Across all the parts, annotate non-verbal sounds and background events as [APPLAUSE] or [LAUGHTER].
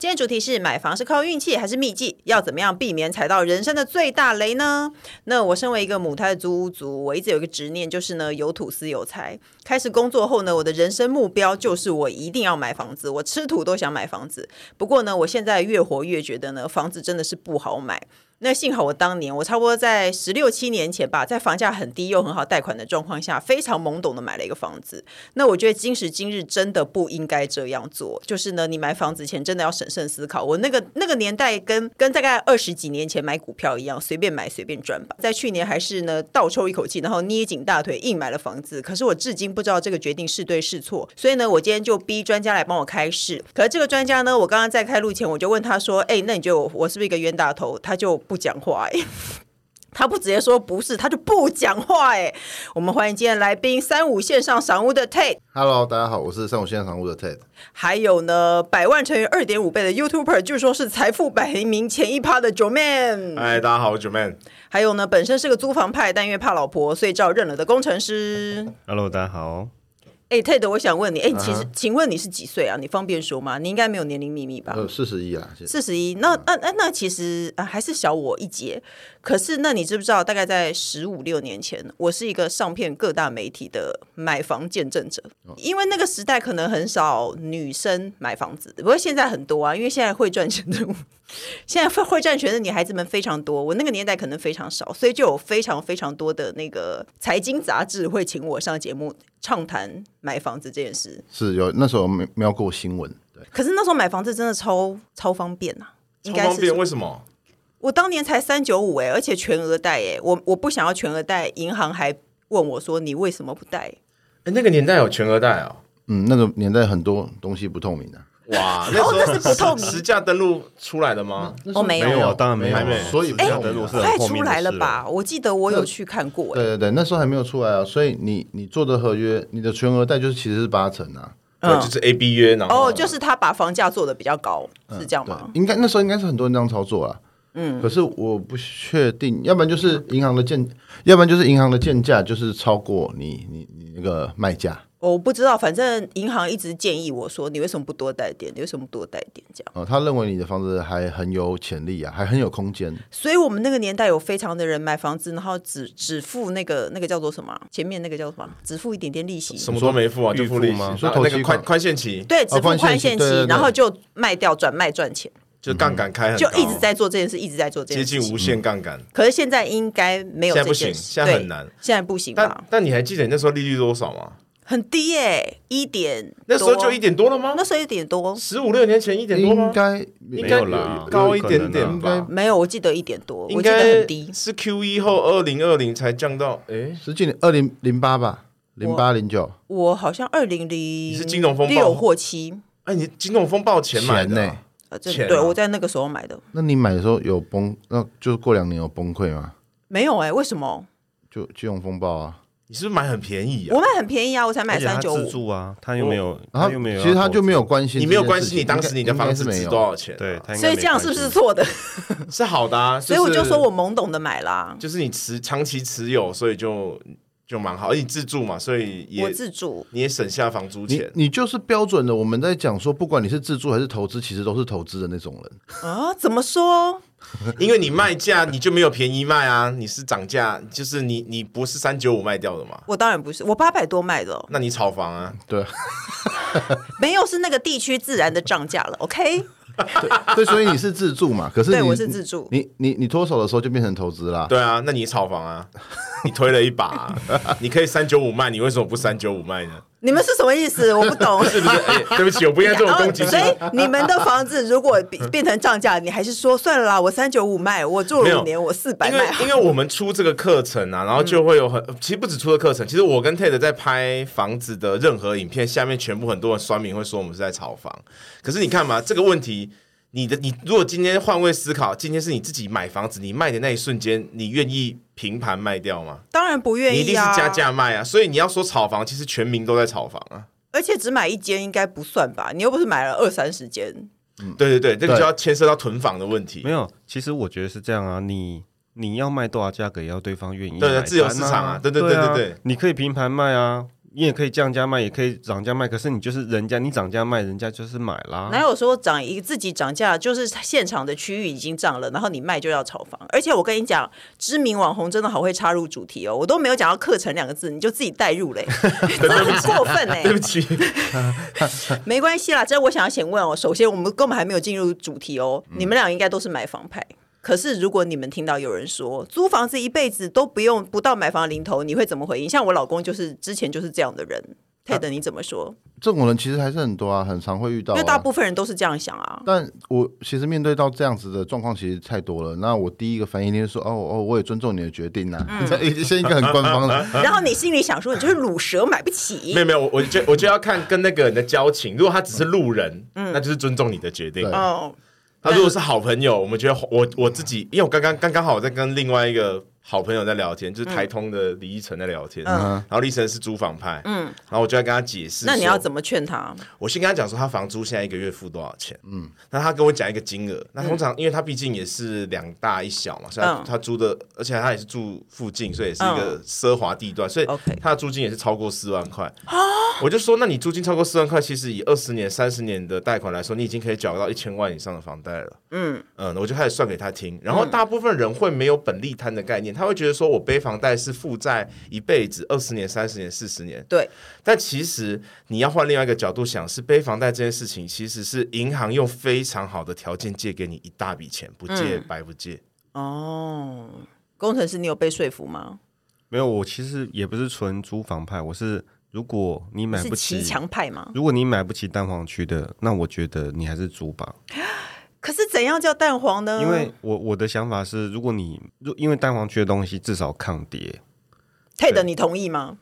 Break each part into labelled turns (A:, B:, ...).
A: 今天主题是买房是靠运气还是秘技？要怎么样避免踩到人生的最大雷呢？那我身为一个母胎的租屋族，我一直有一个执念，就是呢有土司有财。开始工作后呢，我的人生目标就是我一定要买房子，我吃土都想买房子。不过呢，我现在越活越觉得呢，房子真的是不好买。那幸好我当年，我差不多在十六七年前吧，在房价很低又很好贷款的状况下，非常懵懂的买了一个房子。那我觉得今时今日真的不应该这样做，就是呢，你买房子前真的要审慎思考。我那个那个年代跟跟大概二十几年前买股票一样，随便买随便赚吧。在去年还是呢倒抽一口气，然后捏紧大腿硬买了房子。可是我至今不知道这个决定是对是错，所以呢，我今天就逼专家来帮我开示。可是这个专家呢，我刚刚在开录前我就问他说：“哎、那你觉得我我是不是一个冤大头？”他就不讲话、哎。 [LAUGHS] 他不直接说不是，他就不讲话哎。我们欢迎今天来宾三五线上赏屋的 Tate，
B: Hello，大家好，我是上午线上常务的 Ted。
A: 还有呢，百万乘以二点五倍的 YouTuber，据说是财富百名前一趴的 j o Man。
C: 嗨，大家好，我是 Man。
A: 还有呢，本身是个租房派，但因为怕老婆，所以照认了的工程师。
C: Hello，大家好。
A: 哎、t e d 我想问你，哎、其实请问你是几岁啊？你方便说吗？你应该没有年龄秘密吧？
B: 呃，四十一啦，谢谢
A: 四十一，那那那那其实、啊、还是小我一截。可是，那你知不知道，大概在十五六年前，我是一个上片各大媒体的买房见证者，
C: 哦
A: 因为那个时代可能很少女生买房子，不过现在很多啊，因为现在会赚钱的，现在会会赚钱的女孩子们非常多。我那个年代可能非常少，所以就有非常非常多的那个财经杂志会请我上节目畅谈买房子这件事。
B: 是有那时候瞄瞄过新闻，对，
A: 可是那时候买房子真的超超方便呐、应
C: 超
A: 该
C: 方
A: 是
C: 便，为什么？
A: 我当年才三九五哎，而且全额贷哎，我我不想要全额贷，银行还问我说你为什么不贷？
C: 哎，那个年代有全额贷哦。
B: 嗯，那个年代很多东西不透明啊，
A: [LAUGHS]
C: 哇，那时候
A: 哦那是不透明
C: 实价登录出来的吗？
A: 哦，没
D: 没有
A: 有
D: 啊，，当然没有啊，
C: 还没
B: 所以
C: 哎
B: 不透明啊
D: 我是很
A: 快
D: 后
A: 出
D: 面的
A: 来了
D: 事了
A: 吧？我记得我有去看过
B: 对
A: 哎，
B: 对对，那时候还没有出来啊，所以你你做的合约，你的全额贷就是其实是八成啊，
C: 对，就是 A B 约，然
A: 嗯
C: 后
A: 哦，就是他把房价做的比较高，是这样
B: 对
A: 吗？，
B: 应该那时候应该是很多人这样操作啊。嗯，可是我不确定，要不然就是银行的建，要不然就是银行的建价就是超过你你你那个卖价
A: 我不知道，反正银行一直建议我说你为什么不多贷点？你为什么不多贷点？这样，
B: 啊、呃他认为你的房子还很有潜力啊，还很有空间。
A: 所以我们那个年代有非常的人买房子，然后只只付那个那个叫做什么啊？前面那个叫什么啊？只付一点点利息，
C: 什么都没付啊，就付利
D: 预付
C: 息
D: 吗
B: 你说投
C: 那
B: 期
C: 个
B: 款
C: 宽宽限期，
A: 对，只付
B: 宽限
A: 宽
B: 期
A: 限期，
B: 对对对
A: 然后就卖掉转卖赚钱。
C: 就杠杆开很
A: 就
C: 高，
A: 一直在嗯做这件事，一直在做这件
C: 接
A: 事
C: 近
A: 情。
C: 无限杠杆。
A: 可是现在应该没有
C: 现在
A: 这
C: 不
A: 件
C: 行
A: 事，
C: 现在很
A: 对
C: 难，
A: 现在不行吧
C: 但？但你还记得你那时候利率多少
A: 啊
C: 吗？
A: 很低耶、一点
C: 那时候就一
A: 点，
C: 点多了吗？
A: 那时候一点多，
C: 十五六年前一点多
B: 应
C: 吗？
B: 该
C: 应
D: 没
C: 该
D: 有啦
C: 高一点点
D: 应
B: 该
C: 吧。
A: 没有，我啊记得一点多，我
C: 应
A: 记得很
C: 该
A: 低。
C: 是 Q 一后二零二零才降到，哎，
B: 十几年，二零零八吧，零八零九
A: 我好像二零零
C: 是金融风暴
A: 六或七，
C: 哎，你金融风暴前买
B: 钱
C: 的
B: 呢、
C: 啊，
A: 呃，这
C: 钱啊
A: 对我在那个时候买的，
B: 那你买的时候有崩，那就是过两年有崩溃吗？
A: 没有哎、为什么？
B: 就金融风暴啊，
C: 你是不是买很便宜啊？
A: 我买很便宜啊，我才买
D: 而且
A: 三
D: 他
A: 九
D: 自
A: 五。
D: 住啊，他又没有，
C: 哦
B: 然后
D: 又
C: 啊
D: 没有要投资，
B: 其实他就没有关心这件事情，
C: 你没有关系，你当时
B: 应该
C: 你的房子
B: 应该是
C: 值
B: 没有
C: 多少钱啊、
D: 对，他应该
A: 所以
D: 没
A: 这样
D: 关
A: 是不是
D: 系？
A: 错的？
C: 是好的啊。
A: 所以我
C: 是
A: 就说我懵懂的买啦，
C: 就是你持长期持有，所以就就蛮好，而且你自住嘛，所以
A: 我
C: 也
A: 自住。
C: 你也省下房租
B: 你
C: 钱。
B: 你就是标准的，我们在讲说，不管你是自住还是投资，其实都是投资的那种人。
A: 啊？怎么说？
C: 因为你卖价你就没有便宜卖啊，你是涨价，就是你你不是三九五卖掉的嘛，
A: 我当然不是，我八百多买的哦，
C: 那你炒房啊，
B: 对啊，
C: [LAUGHS]
A: 没有是那个地区自然的涨价了。OK，
B: 对，所以你是自住嘛？可是
A: 对
B: 你
A: 我是自住
B: 你你你脱手的时候就变成投资啦。
C: 对啊，那你炒房啊，你推了一把啊、你可以三九五卖，你为什么不三九五卖呢？ [LAUGHS]
A: 你们是什么意思？我不懂。
C: 是不是？哎、对不起，我不应该这么攻击
A: 所
C: 性。
A: 以你们的房子如果变变成涨价，你还是说算了啦，我三九五卖，我住
C: 没
A: 了
C: 有
A: 五年，我四百
C: 因为
A: 卖。
C: 因为我们出这个课程啊，然后就会有很，其实不止出的课程，其实我跟 Ted 在拍房子的任何影片，下面全部很多人酸民会说我们是在炒房，可是你看嘛，这个问题。你的你如果今天换位思考，今天是你自己买房子，你卖的那一瞬间，你愿意平盘卖掉吗？
A: 当然不愿
C: 你一定
A: 意
C: 是
A: 啊，
C: 加价卖啊！所以你要说炒房，其实全民都在炒房啊。
A: 而且只买一间应该不算吧？你又不是买了二三十间，
C: 对对对，这个
B: 对
C: 就要牵涉到囤房的问题 [LAUGHS]
D: 没。有，其实我觉得是这样啊，你你要卖多少价格，也要对方愿意、买
C: 对
D: 单啊
C: 自由市场啊对对
D: 对
C: 对
D: 啊
C: 对对，
D: 你可以平盘卖啊，你也可以降价卖，也可以涨价卖，可是你就是人家你涨价卖，人家就是买
C: 啊
D: 啦。
A: 哪有说涨一自己涨价就是现场的区域已经涨了，然后你卖就要炒房？而且我跟你讲，知名网红真的好会插入主题哦，我都没有讲到课程两个字，你就自己带
C: [LAUGHS]
A: 入嘞、 [LAUGHS] 真的很过分哎、
C: 对不起，
A: 没关系啦，这我想要先问哦。首先，我们根本还没有进入主题哦。
D: 嗯
A: 你们俩应该都是买房派，可是如果你们听到有人说租房子一辈子都不用不到买房的零头，你会怎么回应？像我老公就是之前就是这样的人。Ted，你怎
D: 啊
A: 么说？
B: 这种人其实还是很多啊，很常会遇到、
A: 因
B: 啊。
A: 为大部分人都是这样想啊。
B: 但我其实面对到这样子的状况，其实太多了。那我第一个反应就是说，哦哦，我也尊重你的决定呐、啊， [LAUGHS] 这、已经先一个很官方
D: [LAUGHS]
B: 的。
A: 然后你心里想说，你就是卤蛇买不起
C: 没。有没有，我我就我就要看跟那个人的交情。如果他只是路人，
A: 嗯
C: 那就是尊重你的决定。
B: 对
A: 哦，
C: 他如果是好朋友，我们觉得我我自己，因为我刚刚刚刚好在跟另外一个好朋友在聊天，
A: 嗯
C: 就是台通的李依晨在聊天，然后李依晨是租房派，嗯，然后我就在跟他解释，
A: 那你要怎么劝他？
C: 我先跟他讲说他房租现在一个月付多少钱，嗯，那他跟我讲一个金额，那通常因为他毕竟也是两大一小嘛，所以他,、
A: 嗯
C: 他租的，而且他也是住附近，所以也是一个奢华地段，所以
A: OK 啊
C: 他的租金也是超过四万块。我就说，那你租金超过四万块，其实以二十年、三十年的贷款来说，你已经可以缴到一千万以上的房贷了。嗯嗯，我就开始算给他听，然后
A: 嗯
C: 大部分人会没有本利摊的概念，他会觉得说我背房贷是负债一辈子，二十年、三十年、四十年，
A: 对，
C: 但其实你要换另外一个角度想，是背房贷这件事情，其实是银行用非常好的条件借给你一大笔钱，不借
A: 嗯
C: 白不借。
A: 哦，工程师，你有被说服吗？
D: 没有，我其实也不是纯租房派，我是如果你买
A: 是
D: 不
A: 骑
D: 起，
A: 墙派吗？
D: 如果你买不起蛋黄区的，那我觉得你还是租吧，
A: 可是怎样叫蛋黄呢？
D: 因为我我的想法是，如果你如因为蛋黄区的东西至少抗跌，
A: Ted，你同意吗？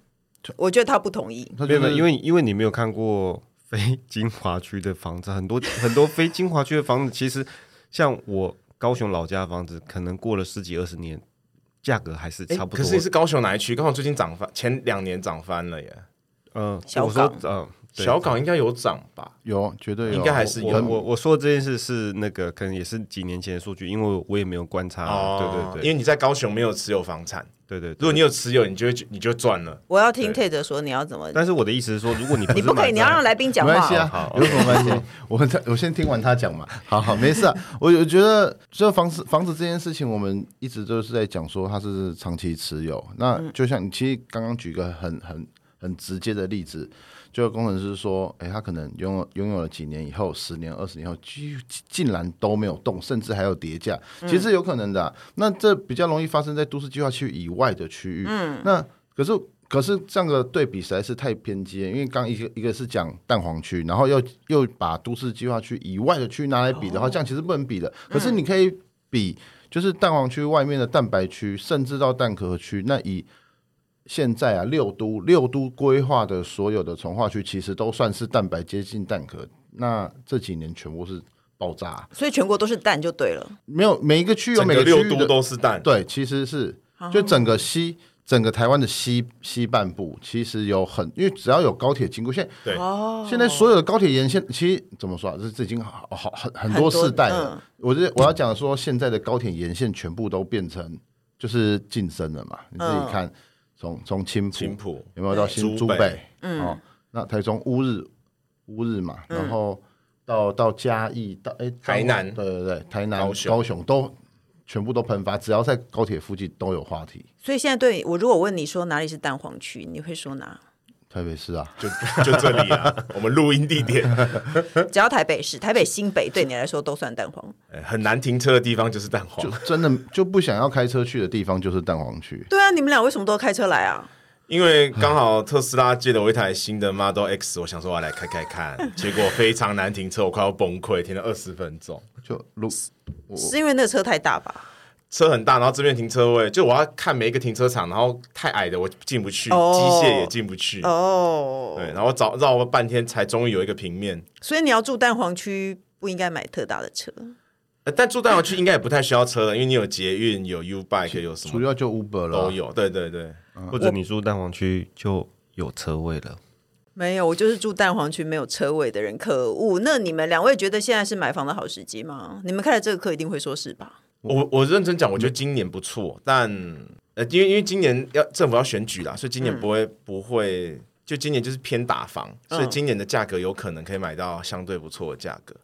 A: 我觉得他不同意。
B: 他
D: 没
B: 就
D: 有
B: 是
D: 没有，因为因为你没有看过 [LAUGHS] 非金华区的房子，很多很多非金华区的房子，其实像我高雄老家的房子，可能过了十几二十年，价格还是
C: 诶
D: 差不
C: 可
D: 多。
C: 是你是高雄哪一区？刚好最近涨翻，前两年涨翻了耶。
D: 呃，
A: 小
D: 我说
A: 港
D: 呃，对
C: 小港应该有涨吧？
B: 有，绝对有，
C: 应该还是有
D: 我我我说的这件事是那个，可能也是几年前的数据，因为我也没有观察。对
C: 哦因
D: 对
C: 为你在高雄没有持有房产，
D: 对对对
C: 如果你有持有，你就会你就赚了。
A: 我要听 Ted 说你要怎么，
D: 但是我的意思是说，如果
A: [LAUGHS]
D: 你不
A: 你
D: 是
A: 不可
D: 买
A: 以，
D: 在
A: 你要让来宾讲
B: 没
A: 话
B: 关系
A: 哦。
B: 啊，有什么关系？ [LAUGHS] 我我先听完他讲嘛。好好，没
A: [LAUGHS]
B: 事啊。我我觉得这房子房子这件事情，我们一直都是在讲说它是长期持有。那
A: 嗯
B: 就像你其实刚刚举一个很很很直接的例子，就工程师说，哎、他可能拥有拥有了几年以后，十年、二十年以后，几乎竟然都没有动，甚至还有叠价，
A: 嗯
B: 其实有可能的啊、那这比较容易发生在都市计划区以外的区域。嗯，那可是可是这样的对比实在是太偏激了，因为刚一个一个是讲蛋黄区，然后又又把都市计划区以外的区域拿来比的话，这样其实不能比的。可是你可以比，就是蛋黄区外面的蛋白区，甚至到蛋壳区，那以现在啊，六都六都规划的所有的从化区，其实都算是蛋白接近蛋壳。那这几年全部是爆炸啊、
A: 所以全国都是蛋就对了。
B: 没有每一个区有
C: 整
B: 每
C: 个
B: 个区
C: 六
B: 域
C: 都
B: 的
C: 都是蛋。
B: 对，其实是就整个西整个台湾的西西半部，其实有很因为只要有高铁经过，现在
C: 对，
A: 哦，
B: 现在所有的高铁沿线，其实怎么说啊？这这已经好好很很多世代了。
A: 嗯
B: 我是我要讲说，现在的高铁沿线全部都变成就是晋升了嘛？你自己看，从从青浦
C: 青浦
B: 有没有到新
C: 对
B: 竹
C: 哎竹北
B: 北？嗯、哦，那台中乌日乌日嘛，然后到、到嘉义到哎
C: 台南
B: 对对对，台南
C: 高雄
B: 都全部都喷发，只要在高铁附近都有话题。
A: 所以现在对我，如果问你说哪里是蛋黄区，你会说哪？
B: 台北市啊，
C: 就 [LAUGHS] 就这里 [LAUGHS] 啊，我们录音地点、 [LAUGHS]
A: 只要台北市、台北新北，对你来说都算蛋黄。
C: 哎很难停车的地方就是蛋
B: 就
C: 黄，
B: 真的就不想要开车去的地方就是蛋黄区。
A: 对啊，你们俩为什么都开车来啊？
C: 因为刚好特斯拉借了我一台新的 Model X，我想说我要来开开看， [LAUGHS] 结果非常难停车，我快要崩溃，停了二十分钟。
B: 就如
A: 是因为那个车太大吧？
C: 车很大，然后这边停车位，就我要看每一个停车场，然后太矮的我进不去，机、
A: 哦
C: 械也进不去。
A: 哦，
C: 对，然后找绕了半天才终于有一个平面。
A: 所以你要住蛋黄区，不应该买特大的车。
C: 呃但住蛋黄区应该也不太需要车了，因为你有捷运、有 U Bike、有什
B: 主
C: 么
B: 要就 Uber 了啊、
C: 都有。对对对，
D: 或者你住蛋黄区就有车位了。
A: 没有，我就是住蛋黄区没有车位的人，可恶！那你们两位觉得现在是买房的好时机吗？你们开了这个课一定会说是吧？
C: 我我认真讲，我觉得今年不错，但呃，因为因为今年要政府要选举啦，所以今年不会、不会，就今年就是偏打房，所以
A: 嗯
C: 今年的价格有可能可以买到相对不错的价格。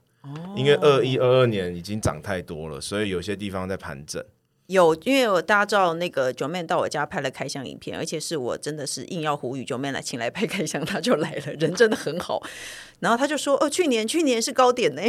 C: 因为二一二二年已经涨太多了，所以有些地方在盘整。
A: 有，因为我大家知道那个九妹到我家拍了开箱影片，而且是我真的是硬要呼吁九妹来，请来拍开箱，她就来了，人真的很好。然后她就说：“哦，去年去年是高点呢、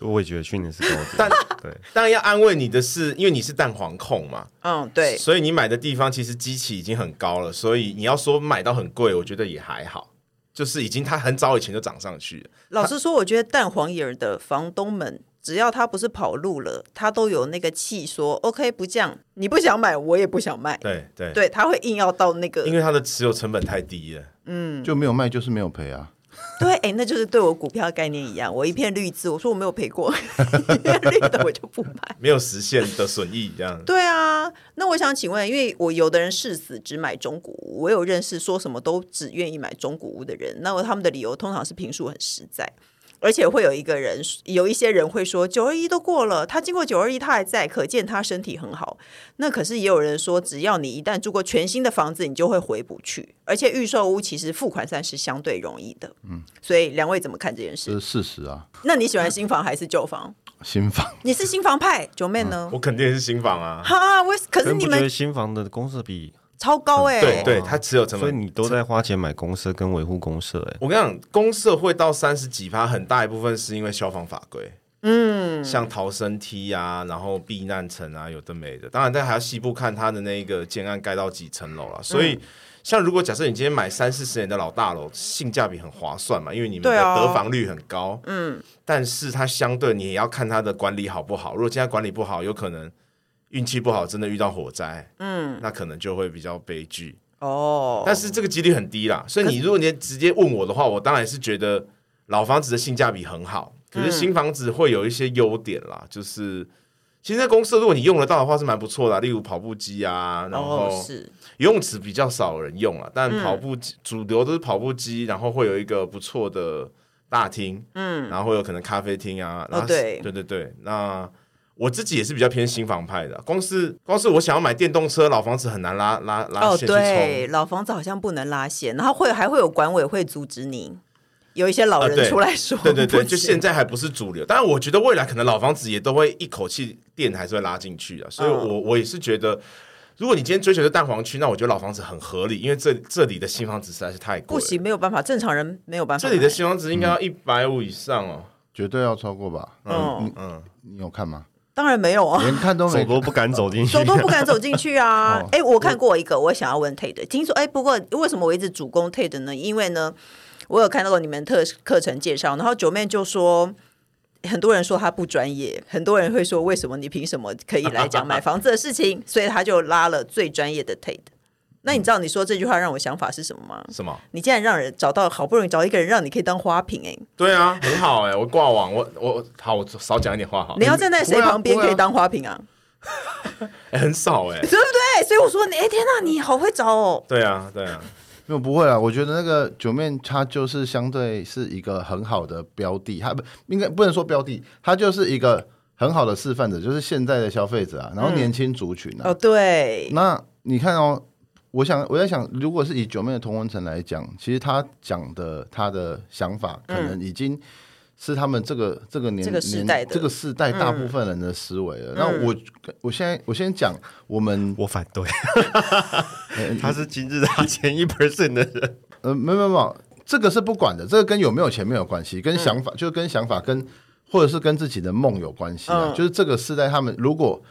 D: 我也觉得去年是高点，
C: 但
D: 对，
C: 当然要安慰你的是，因为你是蛋黄控嘛，
A: 嗯，对，
C: 所以你买的地方其实机器已经很高了，所以你要说买到很贵，我觉得也还好，就是已经它很早以前就涨上去了。
A: 老实说，我觉得蛋黄眼儿的房东们，只要他不是跑路了，他都有那个气说：“OK，不降，你不想买，我也不想卖。
C: 对对”
A: 对，他会硬要到那个
C: 因为它的持有成本太低了。
B: 就没有卖就是没有赔啊。
A: 对，哎，那就是对我股票的概念一样，我一片绿字，我说我没有赔过， [LAUGHS] 绿的我就不买。
C: 没有实现的损益这样。
A: 对啊，那我想请问，因为我有的人誓死只买中古屋，我有认识说什么都只愿意买中古屋的人，那么他们的理由通常是评述很实在，而且会有一个人，有一些人会说九二一都过了，他经过九二一他还在，可见他身体很好。那可是也有人说，只要你一旦住过全新的房子，你就会回不去，而且预售屋其实付款算是相对容易的，嗯，所以两位怎么看这件
B: 这
A: 事
B: 是？事实啊，
A: 那你喜欢新房还是旧房？
B: 新房
A: 你是新房派，九妹呢？
C: 嗯我肯定是新房啊，
A: 哈，为可是
D: 可
A: 你
D: 不觉
A: 们
D: 得新房的公社比，
A: 超高哎、
C: 嗯对对，它持有成
D: 所以
C: 本。
D: 你都在花钱买公社跟维护公社、哎，
C: 我跟你讲，公社会到三十几趴，很大一部分是因为消防法规，嗯，像逃生梯啊，然后避难层啊，有的没的。当然，但还要细部看它的那个建案盖到几层楼了。所以，像如果假设你今天买三四十年的老大楼，性价比很划算嘛，因为你们的
A: 对啊
C: 得房率很高，嗯。但是它相对你也要看它的管理好不好。如果今天管理不好，有可能运气不好，真的遇到火灾，嗯，那可能就会比较悲剧。
A: 哦，
C: 但是这个几率很低啦。所以你如果你直接问我的话，我当然是觉得老房子的性价比很好，
A: 嗯
C: 可是新房子会有一些优点啦，就是。其实，在公司如果你用得到的话，是蛮不错的啊、例如跑步机啊，然后
A: 哦是嗯
C: 游泳池比较少人用了，但跑步机、主流都是跑步机，然后会有一个不错的大厅，嗯，然后会有可能咖啡厅啊，然
A: 哦
C: 后、
A: 对
C: 对对对那我自己也是比较偏新房派的啊，光是光是我想要买电动车，老房子很难拉拉拉
A: 哦
C: 线去冲，
A: 对，老房子好像不能拉线，然后会还会有管委会阻止你，有一些老
C: 啊
A: 人
C: 对
A: 出来说，
C: [LAUGHS] 对对对，
A: 不
C: 就
A: 行
C: 现在还不是主流，但我觉得未来可能老房子也都会一口气电还是会拉进去啊，所以
A: 嗯
C: 我我也是觉得，如果你今天追求的蛋黄区，那我觉得老房子很合理，因为这这里的新房子实在是太贵
A: 不
C: 了，
A: 行，嗯没有办法，正常人没有办法
C: 这
A: 买。
C: 里的新房子应该要一百五以上哦，
B: 绝对要超过吧？
A: 嗯，
C: 嗯，
B: 你有看吗？
A: 当然没有啊，
B: 连看都
D: 走
B: 没
D: 都不敢走
A: [LAUGHS]
D: 进去
A: 走，都不敢走进去啊
B: 哦！
A: 哎、我看过一个，我想要问 Tate，听说哎、不过为什么我一直主攻 Tate 呢？因为呢，我有看到过你们特课程介绍，然后九妹就说。很多人说他不专业，很多人会说为什么你凭什么可以来讲买房子的事情？所以他就拉了最专业的 Tate。那你知道你说这句话让我想法是什么
B: 嗯
A: 吗？
C: 什么？
A: 你竟然让人找到好不容易找一个人让你可以当花瓶哎、
C: 对啊，很好哎、我挂网，我我好，我少讲一点话好，
A: 你要站在谁
B: 不会啊
A: 旁边
B: 不会
A: 可
B: 啊
A: 以当花瓶啊？
C: 哎很少哎、
A: 对不对？所以我说你哎、天哪，你好会找哦！
C: 对啊，对啊，
B: 没有不会啊，我觉得那个九面它就是相对是一个很好的标的，它不应该不能说标的，它就是一个很好的示范者，就是现在的消费者啊，然后年轻族群啊。
A: 哦对，
B: 那你看哦，我想我在想，如果是以九妹的同文层来讲，其实他讲的他的想法，可能已经是他们这个这个年
A: 嗯这个世代的嗯
B: 年这个世代大部分人的思维了。那我我现在我先讲我们
D: 我反
A: [LAUGHS]
D: 对，
A: 呃
D: 他是今日达前一 percent 的
A: [LAUGHS]
D: 人，
B: 呃，没有没有没有，这个是不管的，这个跟有没有钱没有关系，
A: 嗯
B: 跟想法、就是跟想法跟或者是跟自己的梦有关系啊。
A: 嗯
B: 就是这个世代，他们如果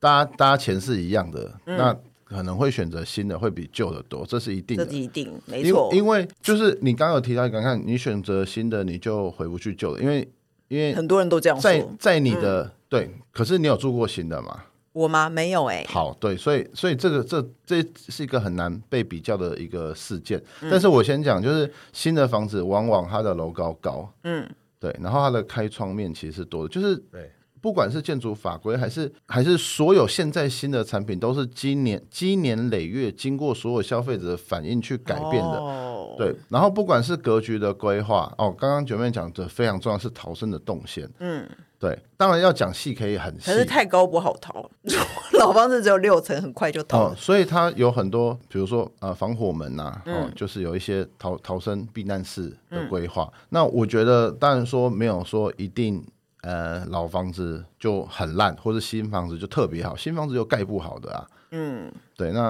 B: 大家大家钱是一样的，
A: 嗯
B: 那可能会选择新的，会比旧的多，这是一定
A: 这
B: 的
A: 是。一定没
B: 因
A: 错，
B: 因为就是你刚刚有提到，你看看你选择新的，你就回不去旧的，因为因为
A: 很多嗯人都这样
B: 在
A: 说。
B: 在你的、对，可是你有住过新的吗？
A: 我吗？没有哎、
B: 好，对，所以所以这个这这是一个很难被比较的一个事件。
A: 嗯
B: 但是我先讲，就是新的房子往往它的楼高高，嗯，对，然后它的开窗面其实是多的，就是
C: 对。
B: 不管是建筑法规，还是还是所有现在新的产品，都是积年积年累月经过所有消费者的反应去改变的。
A: 哦、
B: 对，然后不管是格局的规划，哦，刚刚九妹讲的非常重要是逃生的动线，嗯，对，当然要讲细可以很
A: 可，
B: 细
A: 是太高不好逃， [LAUGHS] 老房子只有六层，很快就逃
B: 哦
A: 了。，
B: 所以它有很多，比如说呃防火门呐、
A: 嗯
B: 哦，就是有一些逃逃生避难室的规划。
A: 嗯
B: 那我觉得当然说没有说一定。呃，老房子就很烂，或者新房子就特别好，新房子又盖不好的啊。嗯，对，那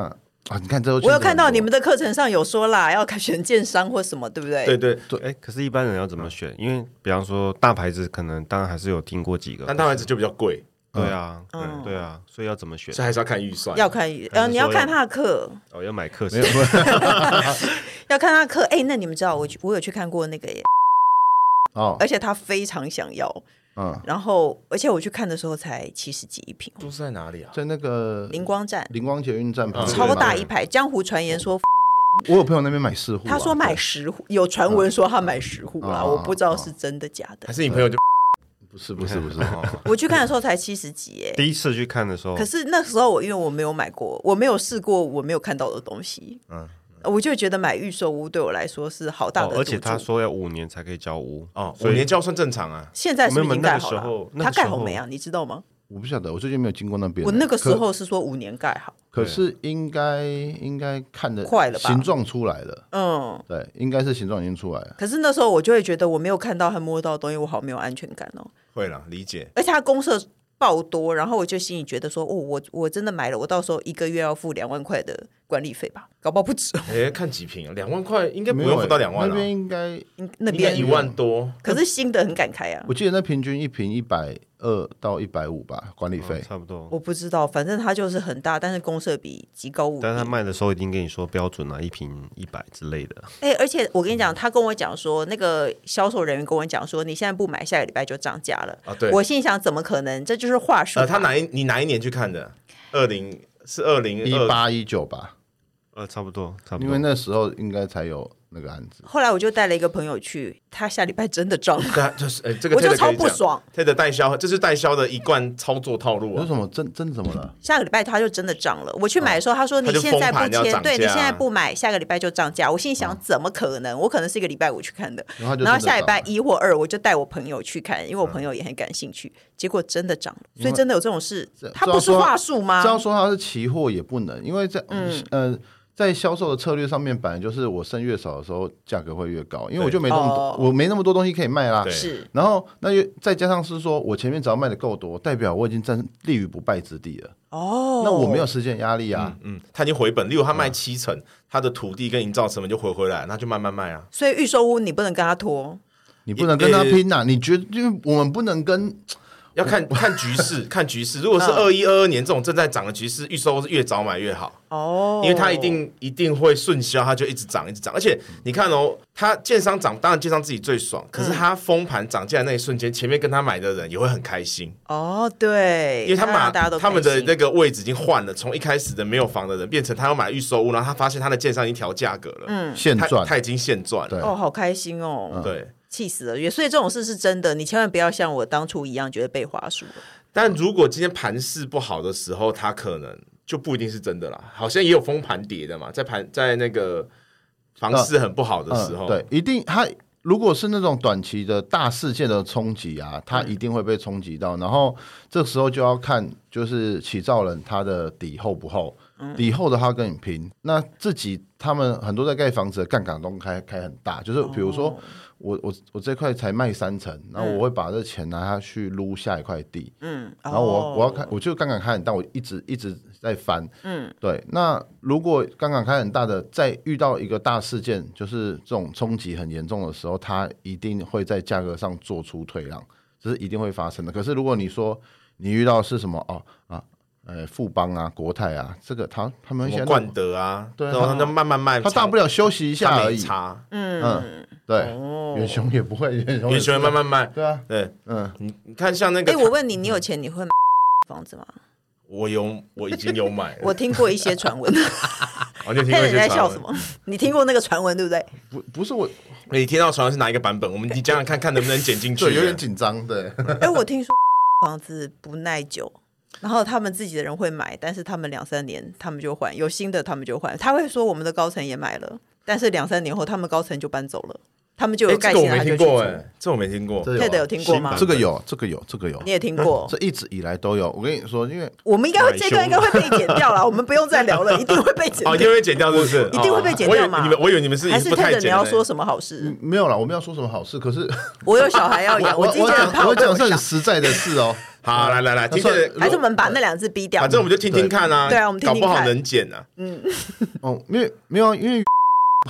B: 啊，你看这又
A: 我有
B: 牵扯
A: 看到
B: 很多
A: 你们的课程上有说啦，要选建商或什么，对不对？
C: 对对，
D: 对，哎，可是一般人要怎么选？因为比方说大牌子，可能当然还是有听过几个，
C: 但当然这就比较贵，
D: 对啊，
A: 嗯
D: 对对啊，所以要怎么选
C: 所？以还是要看预算。
A: 要看呃，你要看他的课，
D: 哦，要买课
B: 没
D: 程
B: 有，没有
A: [LAUGHS] 要看他的课。哎、那你们知道我去我有去看过那个耶，
B: 哦
A: 而，且他非常想要，
B: 嗯，
A: 然后而且我去看的时候才七十几一平，哦
C: 都是在哪里啊？
B: 在那个
A: 灵光站
B: 灵光捷运站旁边
A: 超
B: 嘛
A: 大一排。江湖传言说，
B: 我有朋友那边买四户啊、
A: 他说买十户，有传闻
D: 嗯
A: 说他买十户啦，
D: 啊
B: 嗯
A: 我不知道是真的假的
D: 哎
C: 还。是你朋友就
B: 对不是不 [LAUGHS] 是不
A: [LAUGHS]
B: 是，哦
A: 我去看的时候才七十几耶，
D: 第一次去看的时候
A: 可，是那时候我因为我没有买过，我没有试过我没有看到的东西，
C: 嗯
A: 我就觉得买预售屋对我来说是好大
D: 哦
A: 的、，
D: 而且他，说要五年才可以交屋，
C: [LAUGHS] 哦，五
D: 所以
C: 年交算正常啊。
A: 现在是不是已
D: 我
A: 经
D: 们
A: 盖
D: 那个
A: 好
D: 时候
A: 了？
D: 那
A: 他
D: 个
A: 盖
D: 时
A: 好
D: 候
A: 没啊？你知道吗？
B: 我不晓得，我最近没有经过那边。
A: 我那个时
B: 可
A: 候是说五年盖好，
B: 可是应该应该看的
A: 快了吧
B: 形状出来了，
A: 嗯。
B: 对，应该是形状已经出来了。
A: 可是那时候我就会觉得我没有看到和摸到的东西，我好没有安全感哦。
C: 会了，理解。
A: 而且它公社爆多，然后我就心里觉得说，哦，我我真的买了，我到时候一个月要付两万块的管理费吧，搞不好不止。哦
C: 哎，看几平啊，两万块应该不
B: 没有
C: 用
B: 欸
C: 付到两
B: 那
C: 万啊了，
B: 边应该，
A: [LAUGHS] 那
C: 应该
A: 边
C: 一万多。
A: 可是新的很敢开啊，
B: 我记得那平均一瓶一百二到一百五吧，管理费。
D: 嗯
C: 哦
D: 差不多。
A: 我不知道，反正它就是很大，但是公社比极高无比。
D: 但是他卖的时候一定跟你说标准啊，一瓶一百之类的。
A: 哎、而且我跟你讲，他跟我讲说，那个销售人员跟我讲说，你现在不买，下个礼拜就涨价了。
C: 啊对
A: 我心里想，怎么可能？这就是话术嘛、
C: 呃，他哪一你哪一年去看的？二零是二零
B: 一八一九吧，
D: 呃，差不多，差不
B: 因为
D: 多。
B: 那时候应该才有那个案子。
A: 后来我就带了一个朋友去，他下礼拜真的涨，
C: 对啊，就是 [LAUGHS] 哎，这个
A: 我
C: Ted
A: 就
C: 可以
A: 超
C: 讲
A: 不爽。
C: Ted 代销，这是代销的一贯操作套路
B: 有
C: 啊。
B: 什么真真怎么了？
A: 下个礼拜他就真的涨了。我去买的时候，他说你
C: 哦他就
A: 现在
C: 封
A: 不
C: 盘要
A: 签，
C: 涨
A: 对你
C: 价啊嗯
A: 现在不买，下个礼拜就涨价。我心里想，怎么可能？我可能是一个礼拜五去看的，
B: 然后他就
A: 然后
B: 真的
A: 下礼拜
B: 涨了
A: 一或二我就带我朋友去看，因为我朋友也很感兴趣。
C: 嗯
A: 结果真的涨了，所以真的有这种事
B: 这，
A: 它不是
B: 这要说
A: 话术吗
B: 这？样说它是期货也不能，因为在
A: 嗯
B: 呃在销售的策略上面，本来就是我剩越少的时候价格会越高，因为我就没那么
A: 哦
B: 多，我没那么多东西可以卖啦
C: 对。
A: 是
B: 然后那又再加上是说我前面只要卖的够多，代表我已经站立于不败之地了。
A: 哦，
B: 那我没有时间压力啊。
C: 嗯，他已经回本，例如他卖七成，他的土地跟营造成本就回回来，那就慢慢卖啊。
A: 所以预售屋你不能跟他拖，
B: 你不能跟他拼呐、你觉得因为我们不能跟 [LAUGHS]
C: 要看看局势，看局势。如果是
A: 嗯
C: 二一二二年这种正在涨的局势，预售是越早买越好，
A: 哦，
C: 因为它一定一定会顺销，它就一直涨，一直涨。而且你看哦，它建商涨，当然建商自己最
A: 嗯
C: 爽，可是它封盘涨价的那一瞬间，前面跟他买的人也会很开心，
A: 哦，对，
C: 因为他
A: 那
C: 把
A: 大家都
C: 他们的
A: 开心
C: 那个位置已经换了，从一开始的没有房的人变成他要买预售屋，然后他发现他的建商已经调价格了，嗯，
B: 现
C: 他
B: 赚，
C: 他已经现赚了，
B: 对嗯
A: 哦，好开心哦，
C: 对。
A: 气死了！所以这种事是真的，你千万不要像我当初一样觉得被话术了。
C: 但如果今天盘势不好的时候，它可能就不一定是真的啦。好像也有封盘跌的嘛，在盘在那个房市很不好的时候，
B: 嗯，对，一定他如果是那种短期的大事件的冲击啊，他一定会被冲击到。然后这时候就要看就是起造人他的底厚不厚，
C: 嗯
B: 底厚的他跟你拼。那自己他们很多在盖房子的杠杆都开开很大，就是比如说。
C: 哦
B: 我我我这块才卖三层，然后
C: 嗯
B: 我会把这钱拿下去撸下一块地，
A: 嗯，
B: 然后我、
A: 哦
B: 我要看，我就杠杆开很大，我一直一直在翻，嗯，对。那如果杠杆开很大的，在遇到一个大事件，就是这种冲击很严重的时候，它一定会在价格上做出退让，这是一定会发生的。可是如果你说你遇到的是什么哦啊，呃，富邦啊、国泰啊，这个他他们
C: 什
B: 现
C: 么
B: 在
C: 冠德啊，
B: 对
C: 然后他就慢慢卖，
B: 他大不了休息一
C: 一
B: 下而已，
C: 差，
B: 嗯，对，
A: 哦
B: 远雄也不会，远雄
C: 你
B: 也
C: 喜欢
B: 是啊
C: 慢慢卖，
B: 对啊，
C: 对，
B: 嗯，
C: 你你看像那个嗯
A: 哎，，我问你，你有钱你会买房子吗？
C: 呃我有我已经有买了，
A: [LAUGHS] 我听过一些传闻，
C: 哦，你 [LAUGHS] 有听
A: 看你
C: 过一些
A: 在
C: 传
A: 笑
C: 闻
A: 什？么？你听过那个传闻对不
C: [LAUGHS]
A: 对？
B: 不不是我，
C: 你听到传闻是哪一个版本？我们你讲讲看看能不能剪进去？
B: 对，有点紧张，对。
A: 哎，我听说房子不耐久，然后他们自己的人会买，但是他们两三年他们就换，有新的他们就换。他会说我们的高层也买了，但是两三年后他们高层就搬走了，他们就有
C: 哎，
A: 盖
C: 这个
A: 起
C: 我
A: 来他
C: 没
A: 就
C: 听
A: 去住
C: 过，。哎，这我没听过。
B: 这
A: 泰德有
B: 有啊
A: 听过吗？
B: 这个有，这个有，这个有
A: 你，也听过，
B: 这一直以来都有。我跟你说，因为
A: 我们应该会这段应该会被剪掉了，我们不用再
C: [LAUGHS]
A: 聊了，一定会被剪
C: 哦，一定
A: 掉。
C: 会剪掉，是不是？
A: 一定会被剪掉嘛
C: 哦我以为你们我以为你们是已
A: 还
C: 经
A: 是
C: 不太
A: 泰德你
C: 剪了哎嗯
A: 要说什么好事？
B: 没有啦，我们要说什么好事，可是
A: 哦我有小孩要养，
B: 我
A: 自己就很怕
B: 讲我
A: 被
B: 讲是
A: 我
B: 很
A: 小
B: 实在的事哦。 [LAUGHS]
C: 好，来来来，
B: 那
C: 听
B: 算
C: 见
A: 还是我们把那两只逼嗯掉嗯
C: 反？正我们就听听看啊，
A: 对啊我们听听
C: 搞不好
A: 看
C: 能剪啊。
B: 哦，因为没有啊，因为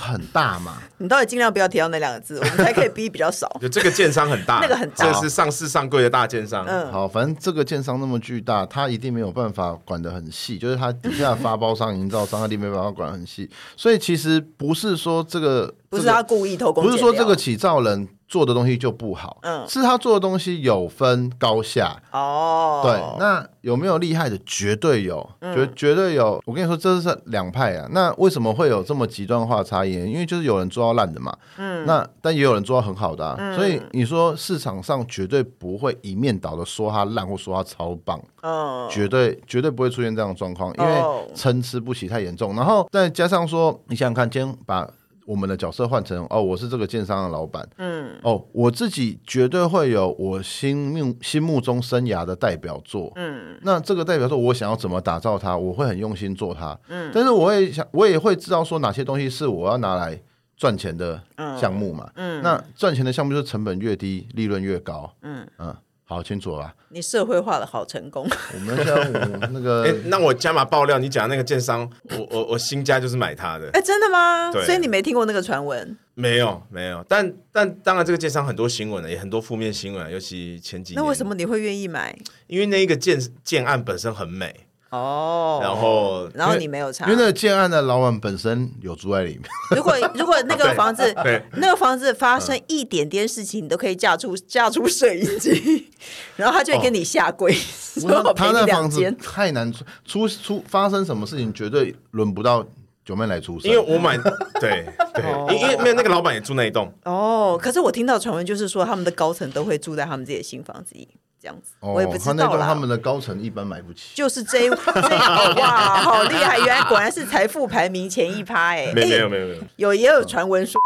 B: 很大嘛，
A: 你到底尽量不要提到那两个
B: [LAUGHS]
A: 字，我们才可以逼比较少。
C: 就这个建商很大，
A: [LAUGHS] 那个很
C: 这
A: 大
C: 是上市上柜的大建商。
A: 嗯，
B: 好，反正这个建商那么巨大，他一定没有办法管得很细，就是他底下的发包商、营造商，他一定没办法管得很细。所以其实不是说这个，
A: 不是
B: 这个
A: 他故意偷工，
B: 不是说这个起造人做的东西就不好，
A: 哦嗯
B: 是他做的东西有分高下。
A: 哦，
B: 对，那有没有厉害的？绝对有，绝绝对有。我跟你说，这是两派啊。那为什么会有这么极端化的差异？因为就是有人做到烂的嘛，嗯，那但也有人做到很好的、啊，所以你说市场上绝对不会一面倒的说它烂或说它超棒，
A: 嗯，
B: 绝对绝对不会出现这样的状况，因
A: 哦
B: 为参差不齐太严重。然后再加上说，你想想看，今天把我们的角色换成哦，我是这个建商的老板，嗯，哦，我自己绝对会有我心目心目中生涯的代表作，嗯，那这个代表作我想要怎么打造它，我会很用心做它，嗯，但是我也想，我也会知道说哪些东西是我要拿来赚钱的项目嘛，嗯，那赚钱的项目就是成本越低，利润越高，嗯嗯，好清楚了吧？
A: 你社会化的好成功， [LAUGHS]
B: 我们现在我那
A: 呃
B: 个
C: [LAUGHS] 哎，那我加码爆料，你讲那个建商，我我我新家就是买他的，
A: 哎，真的吗？
C: 对
A: 所以你没听过那个传闻？
C: 没有没有，但但当然这个建商很多新闻了，也很多负面新闻啊，尤其前几年。
A: 那为什？么你会愿意买？
C: 因为那一个建建案本身很美，
A: 哦，
C: 然后
A: 然后你没有查
B: 因为，那个建案的老板本身有住在里
A: [LAUGHS]
B: 面，
A: 如
B: [LAUGHS]
A: 果如果那个房子
C: 对，
A: 那个房子发生一点点事情，你都可以嫁出嫁出摄影机， [LAUGHS] 然后他就会跟你下跪，说我赔
B: 哦他
A: 你
B: 那
A: 两
B: 房子
A: 间。
B: 太难出出出发生什么事情，绝对轮不到九妹来出声。
C: 因为我买对对，因因为没有那个老板也住那一栋，
A: 哦，可是我听到传闻就是说，他们的高层都会住在他们自己的新房子里，这样子，
B: 哦
A: 我也不知
B: 他那
A: 道
B: 栋
A: 啦。
B: 他们的高层一般买不起。
A: 就是这一 [LAUGHS] 这一哇，好厉害！原来果然是财富排名前一趴哎、欸，
C: 没没有
A: 哎
C: 没有没有，
A: 有也有传闻说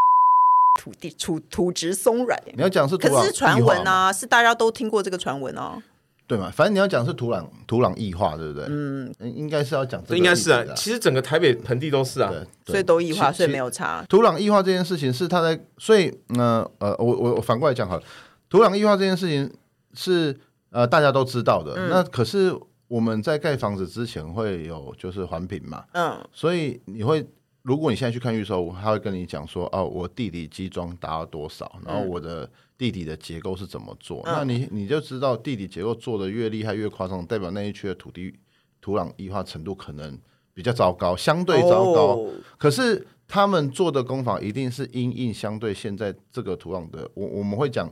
A: 土地土土质松软、欸
B: 你要讲是土
A: 可
B: 壤
A: 是是传
B: 异
A: 闻
B: 化嘛，
A: 啊，是大家都听过这个传闻啊。
B: 对嘛？反正你要讲是土壤土壤异化，对不对？嗯，应该是要讲这
C: 这
B: 个
C: [LAUGHS] 应该是啊
B: 例子，
C: 其实整个台北盆地都是啊
B: 对，，对
A: 所以都异化，
B: 其
A: 所以没有差。
B: 土壤异化这件事情是他在，所以呃呃，我我我反过来讲好了，土壤异化这件事情是呃大家都知道的，那可是我们在盖房子之前会有就是环评嘛，
A: 嗯，
B: 所以你会，如果你现在去看预售，他会跟你讲说，哦，我地底基桩达到多少，然后我的地底的结构是怎么做，那你你就知道地底结构做的越厉害越夸张，代表那一区的土地土壤异化程度可能比较糟糕，相对糟糕。
A: 哦
B: 可是他们做的工法一定是因应相对现在这个土壤的，我我们会讲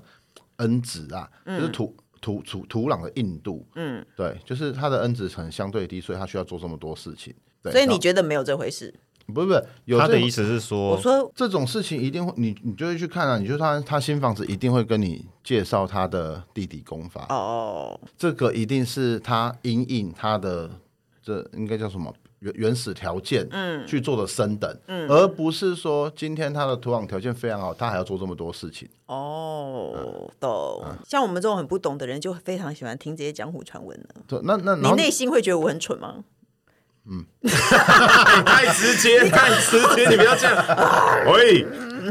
B: N 值啊，
A: 嗯
B: 就是土。土土土壤的硬度，嗯，对，就是它的 N 值可能相对低，所以它需要做这么多事情。对
A: 所以
B: 然后
A: 你觉得没有这回事？
B: 不是不是，有
D: 他
B: 这
D: 的
B: 种
D: 意思是说
A: 我，说
B: 这种事情一定会，你你就会去看啊，你就他他新房子一定会跟你介绍他的地底功法，
A: 哦，
B: 这个一定是他因应他的这应该叫什么原原始条件，嗯，去做的升等，嗯，而不是说今天他的土壤条件非常好，他还要做这么多事情。嗯
A: 哦，懂。像我们这种很不懂的人，就非常喜欢听这些江湖传闻了。
B: 对，那那
A: 你
B: 然后
A: 内心会觉得我很蠢吗？
C: [LAUGHS] 太直接，太直接，你不要这样。 [LAUGHS] 喂，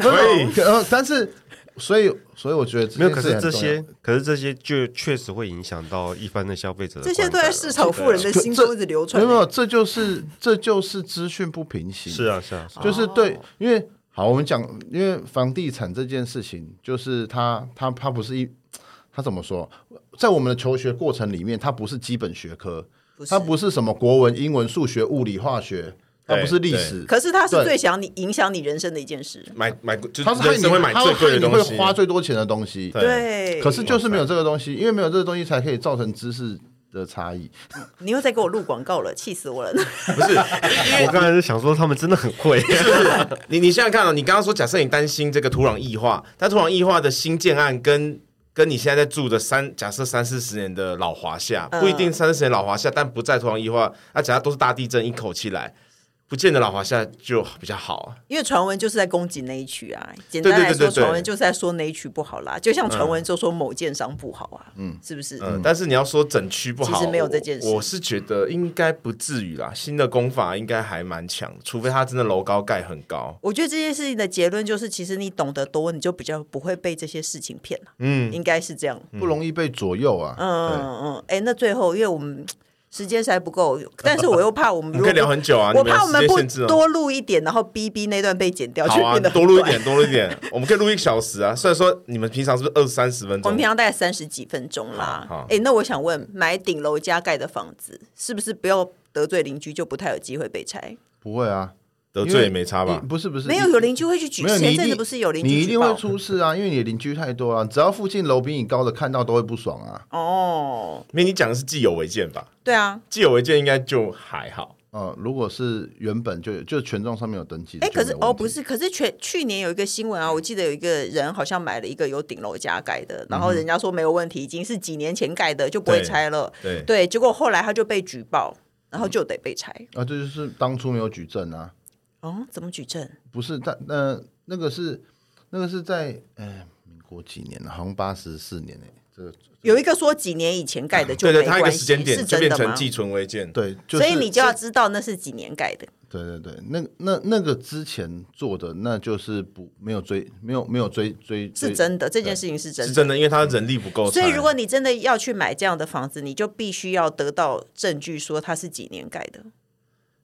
C: 喂，
B: 呃，但是所以所以我觉得这
D: 没有，
B: 件
D: 可
B: 事
D: 是
B: 很
D: 这
B: 重要
D: 些，可是这些就确实会影响到一般的消费者的
A: 这些
D: 观
A: 都在
D: 感
A: 市
D: 啊
A: 场富人的
B: 这
A: 心中一直流
B: 没
A: 传
B: 有
A: 欸。
B: 没有，这就是这就是资讯不平行，
D: 是啊是啊，是啊
B: 就是对，因为好，我们讲，因为房地产这件事情，就是它它它不是一，它怎么说，在我们的求学过程里面，它不是基本学科，
A: 不是
B: 它不是什么国文、英文、数学、物理、化学，它
C: 对
B: 不是历史，
A: 可是它是
B: 对
A: 最想你影响你人生的一件事。
C: 买买，就
B: 它是
C: 是人
B: 害你
C: 生会买
B: 它
C: 最
B: 会
C: 贵
B: 害
C: 的
B: 你
C: 东
B: 会
C: 西，
B: 花最多钱的东西。
C: 对
A: 对，
B: 可是就是没有这个东西，因为没有这个东西，才可以造成知识的差异。
A: 你又在给我录广告了，气死我了！
C: 不是
D: 我刚才是想说他们真的很
A: [LAUGHS]
D: 会，
C: 你你想想看哦，你刚刚说，假设你担心这个土壤异化，但土壤异化的新建案跟跟你现在在住的三，假设三四十年的老华夏，不一定
A: 嗯
C: 三四十年老华夏，但不在同样一化，那、假设都是大地震一口气来，不见得老华夏就比较好啊。
A: 因为传闻就是在攻击那一区啊。简单来
C: 对对
A: 说，
C: 对对
A: 传闻就是在说那一区不好啦，就像传闻就说某建商不好啊，嗯，是不是？
C: 嗯，但是你要说整区不好，
A: 其实没有这件事
C: 我我是觉得应该不至于啦。新的工法应该还蛮强，除非它真的楼高盖很高。
A: 我觉得这件事情的结论就是，其实你懂得多，你就比较不会被这些事情骗了。嗯，应该是这样。
B: 不容易被左右啊。
A: 嗯
B: 对
A: 嗯嗯。哎，那最后，因为我们时间实在不够，但是我又怕我们
C: [LAUGHS] 我
A: 如果
C: 们可以聊很久啊，
A: 我
C: 你们
A: 怕
C: 有
A: 我们
C: 时间
A: 不
C: 限制哦。
A: 多录一点，然后 B B 那段被剪掉，就
C: 好啊，
A: 变得很
C: 多录一
A: 短
C: 点，多录一
A: [LAUGHS]
C: 点，我们可以录一小时啊。虽然说你们平常是不是二三十分
A: 我
C: 钟
A: 们平？常大概三十几分钟啦
C: 好好。
A: 哎、那我想问，买顶楼加盖的房子，是不是不要得罪邻居就不太有机会被拆？
B: 不会啊，
C: 得罪也没差吧
A: 嗯
B: 你？不是不是，
A: 没有，有邻居会去举
B: 没有
A: 报。
B: 你
A: 前
B: 一
A: 阵子
B: 定
A: 不是有邻居
B: 你一
A: 举
B: 定
A: 报
B: 会出事啊，因为你的邻居太多了，只要附近楼比你高的看到都会不爽啊。
A: 哦，
C: 没，你讲的是既有违建吧？
A: 对啊。
C: 既有违建应该就还好。
B: 呃，如果是原本就就权状上面有登记的，
A: 哎，可是
B: 就没
A: 哦，
B: 有问题
A: 不，是，可是全去年有一个新闻啊，我记得有一个人好像买了一个有顶楼加盖的，然后
B: 嗯
A: 人家说没有问题，已经是几年前盖的，就不会
C: 对
A: 拆了。
C: 对，
A: 对，结果后来他就被举报，然后就得被拆。
B: 啊，这就是当初没有举证啊，
A: 哦，怎么举证？
B: 不是，但呃，那个是那个是在呃民国几年了，好像八十四年哎、这个
A: 有一个说几年以前盖的就
C: 啊对
A: 没
C: 对，它
A: 关
C: 一
A: 系，
C: 个时
A: 是
C: 间点就
A: 真
C: 变
A: 的
C: 成
A: 吗？
C: 寄存违建。
B: 对，就
A: 所以
B: 是
A: 你就要知道那是几年盖的。
B: 对对对，那那那个之前做的，那就是不没有追，没有没有追追，追
A: 是真的，这件事情是真
C: 是
A: 的。
C: 真的，因为他人力不够拆。
A: 所以，如果你真的要去买这样的房子，你就必须要得到证据，说它是几年盖的。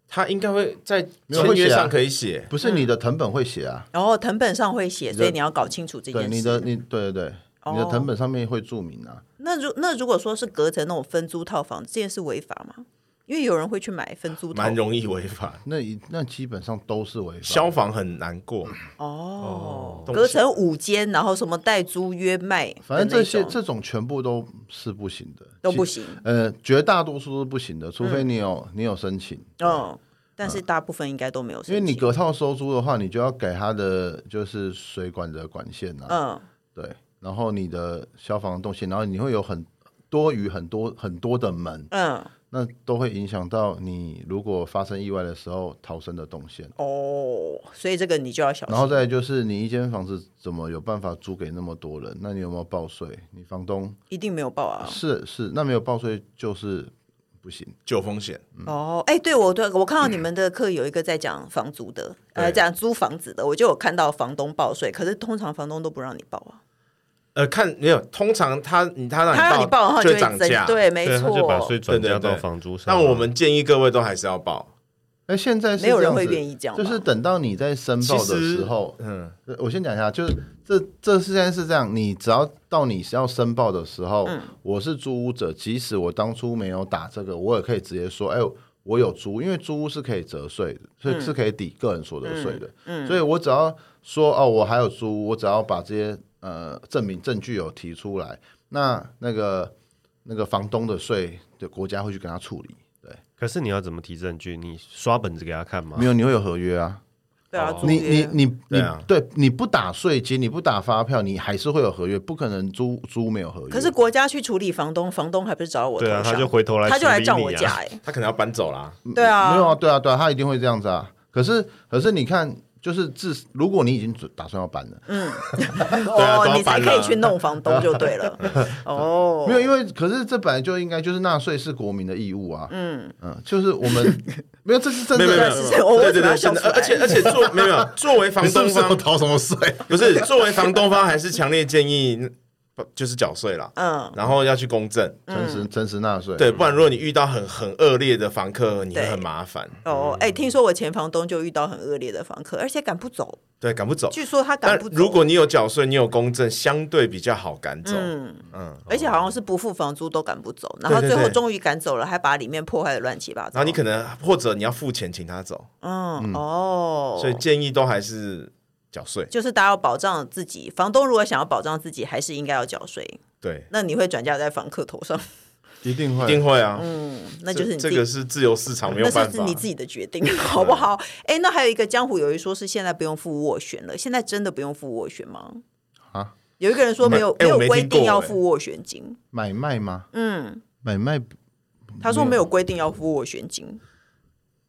C: 他应该会在
B: 没有
C: 签约
B: 会写啊
C: 上可以写，
B: 不是你的藤本会写啊？
A: 然后藤本上会写，所以你要搞清楚这
B: 对，
A: 件
B: 你
A: 事。
B: 的你对对对，你
A: 哦
B: 的藤本上面会注明啊。
A: 那如那如果说是隔成那种分租套房，这件事违法吗？因为有人会去买分租套
C: 蛮容易违法。
B: 那一那基本上都是违法。
C: 消防很难过，
A: 哦，
C: 懂
A: 隔成五间，然后什么代租约卖的那种，
B: 反正这些这种全部都是不行的，
A: 都嗯不
B: 其。
A: 行。
B: 呃，绝大多数都是不行的，除非你有、你有申请，
A: 嗯，但是大部分应该都没有申
B: 因
A: 请，
B: 为你隔套收租的话，你就要改它的就是水管的管线啊，
A: 嗯。
B: 对，然后你的消防动线，然后你会有很多余很多很多的门，
A: 嗯
B: 那都会影响到你如果发生意外的时候逃生的动线。
A: 哦，所以这个你就要小心。
B: 然后再来就是你一间房子怎么有办法租给那么多人？那你有没有报税？你房东
A: 一定没有报啊。
B: 是是，那没有报税就是不行。
C: 就有风险。
A: 哦，哎，对我对我看到你们的课有一个在讲房租的，呃，
C: 对
A: 讲租房子的，我就有看到房东报税，可是通常房东都不让你报啊，
C: 呃，看没有，通常他他让
A: 他让你报的话
C: 就
A: 就
C: 会
A: 会
C: 涨价，
A: 增，。对，没
D: [LAUGHS] 对，他就把
A: 错，
D: 税转
C: 对
D: 嫁
C: 对对
D: 到房租上。
C: 但我们建议各位都还是要报，
B: 那哎现在是
A: 没有人
B: 这样
A: 会
B: 子
A: 愿意这样吧，
B: 就是等到你在申报的时候，
C: 嗯，
B: 呃我先讲一下，就是这这事件是这样，你只要到你要申报的时候，我是租屋者，即使我当初没有打这个，我也可以直接说，哎、我有租，因为租屋是可以折税的，所以是可以抵个人所得税的，所以我只要说哦，我还有租，我只要把这些呃证明证据有提出来，那那个那个房东的税，对国家会去跟他处理，对，
D: 可是你要怎么提证据？你刷本子给他看吗？
B: 没有你会有合约啊，
A: 对啊，
D: 哦
A: 租
B: 你
A: 约
B: 你你
C: 对
B: 你
C: 啊
B: 对你不打税金，你不打发票，你还是会有合约，不可能租租没有合约。
A: 可是国家去处理房东，房东还不是找我头
D: 对啊，
A: 上，
D: 他就回头来
A: 他就来
D: 处理
A: 叫
D: 你
A: 我
D: 啊
A: 价，
D: [LAUGHS]
A: 哎，
C: 他可能要搬走啦。
A: 对啊，
B: 没有啊，对啊，对啊，他一定会这样子啊。可是可是你看，就是自如果你已经准打算要搬了，
C: 对啊都
A: 哦，
C: 要
A: 你才
C: 搬
A: 可以
C: 了
A: 去弄房东就对了，哦，
B: 没有，因为可是这本来就应该就是纳税是国民的义务啊。嗯嗯，就是我
A: [LAUGHS]
B: 们没有，这是真
C: 没有没有没
B: 的。
C: 有嗯
A: 是
C: 没
A: 是
C: 有，
A: 我为
C: 对
A: 什
C: 对
A: 么要
C: 对，
A: 笑
C: 真
A: 出
C: 的，
A: 来
C: 而且而且作没有
A: [LAUGHS]
C: 没有作为房东方，
B: 逃什么税？
C: 不是作为房东方，还是强烈建议就是缴税啦，
A: 嗯，
C: 然后要去公证，
B: 诚实诚实纳税。
C: 对，不然如果你遇到很很恶劣的房客，你会
A: 对
C: 很麻烦，
A: 哦，哎，听说我前房东就遇到很恶劣的房客，而且赶不走，
C: 对，赶不走。
A: 据说他赶
C: 但
A: 不走。啊
C: 如果你有缴税，你有公证，相对比较好赶走。
A: 嗯而且好像是不付房租都赶不走，然
C: 对
A: 后
C: 对
A: 最后
C: 对
A: 终于赶走了，还把里面破坏的乱七八糟。
C: 然后你可能或者你要付钱请他走，
A: 嗯哦，
C: 所以建议都还是缴税。
A: 就是大家要保障自己，房东如果想要保障自己，还是应该要缴税。
C: 对，
A: 那你会转嫁在房客头上， [LAUGHS]
B: 一定
C: 一
B: 会。
C: 定会啊。
A: 嗯那就是你自
C: 这
A: 己。
C: 个是自由市场，没有
A: 那
C: 办
A: 是
C: 法。
A: 你自己的决定， [LAUGHS] 好不好？哎、那还有一个江湖有一说是现在不用付斡旋了，现在真的不用付斡旋吗？
B: 啊，
A: 有一个人说没有
C: 哎
A: 没有
C: 我没
A: 规
C: 听过
A: 定要
C: 哎
A: 付斡旋金，
B: 买卖吗？
A: 嗯，
B: 买卖
A: 他说没有规定要付斡旋金，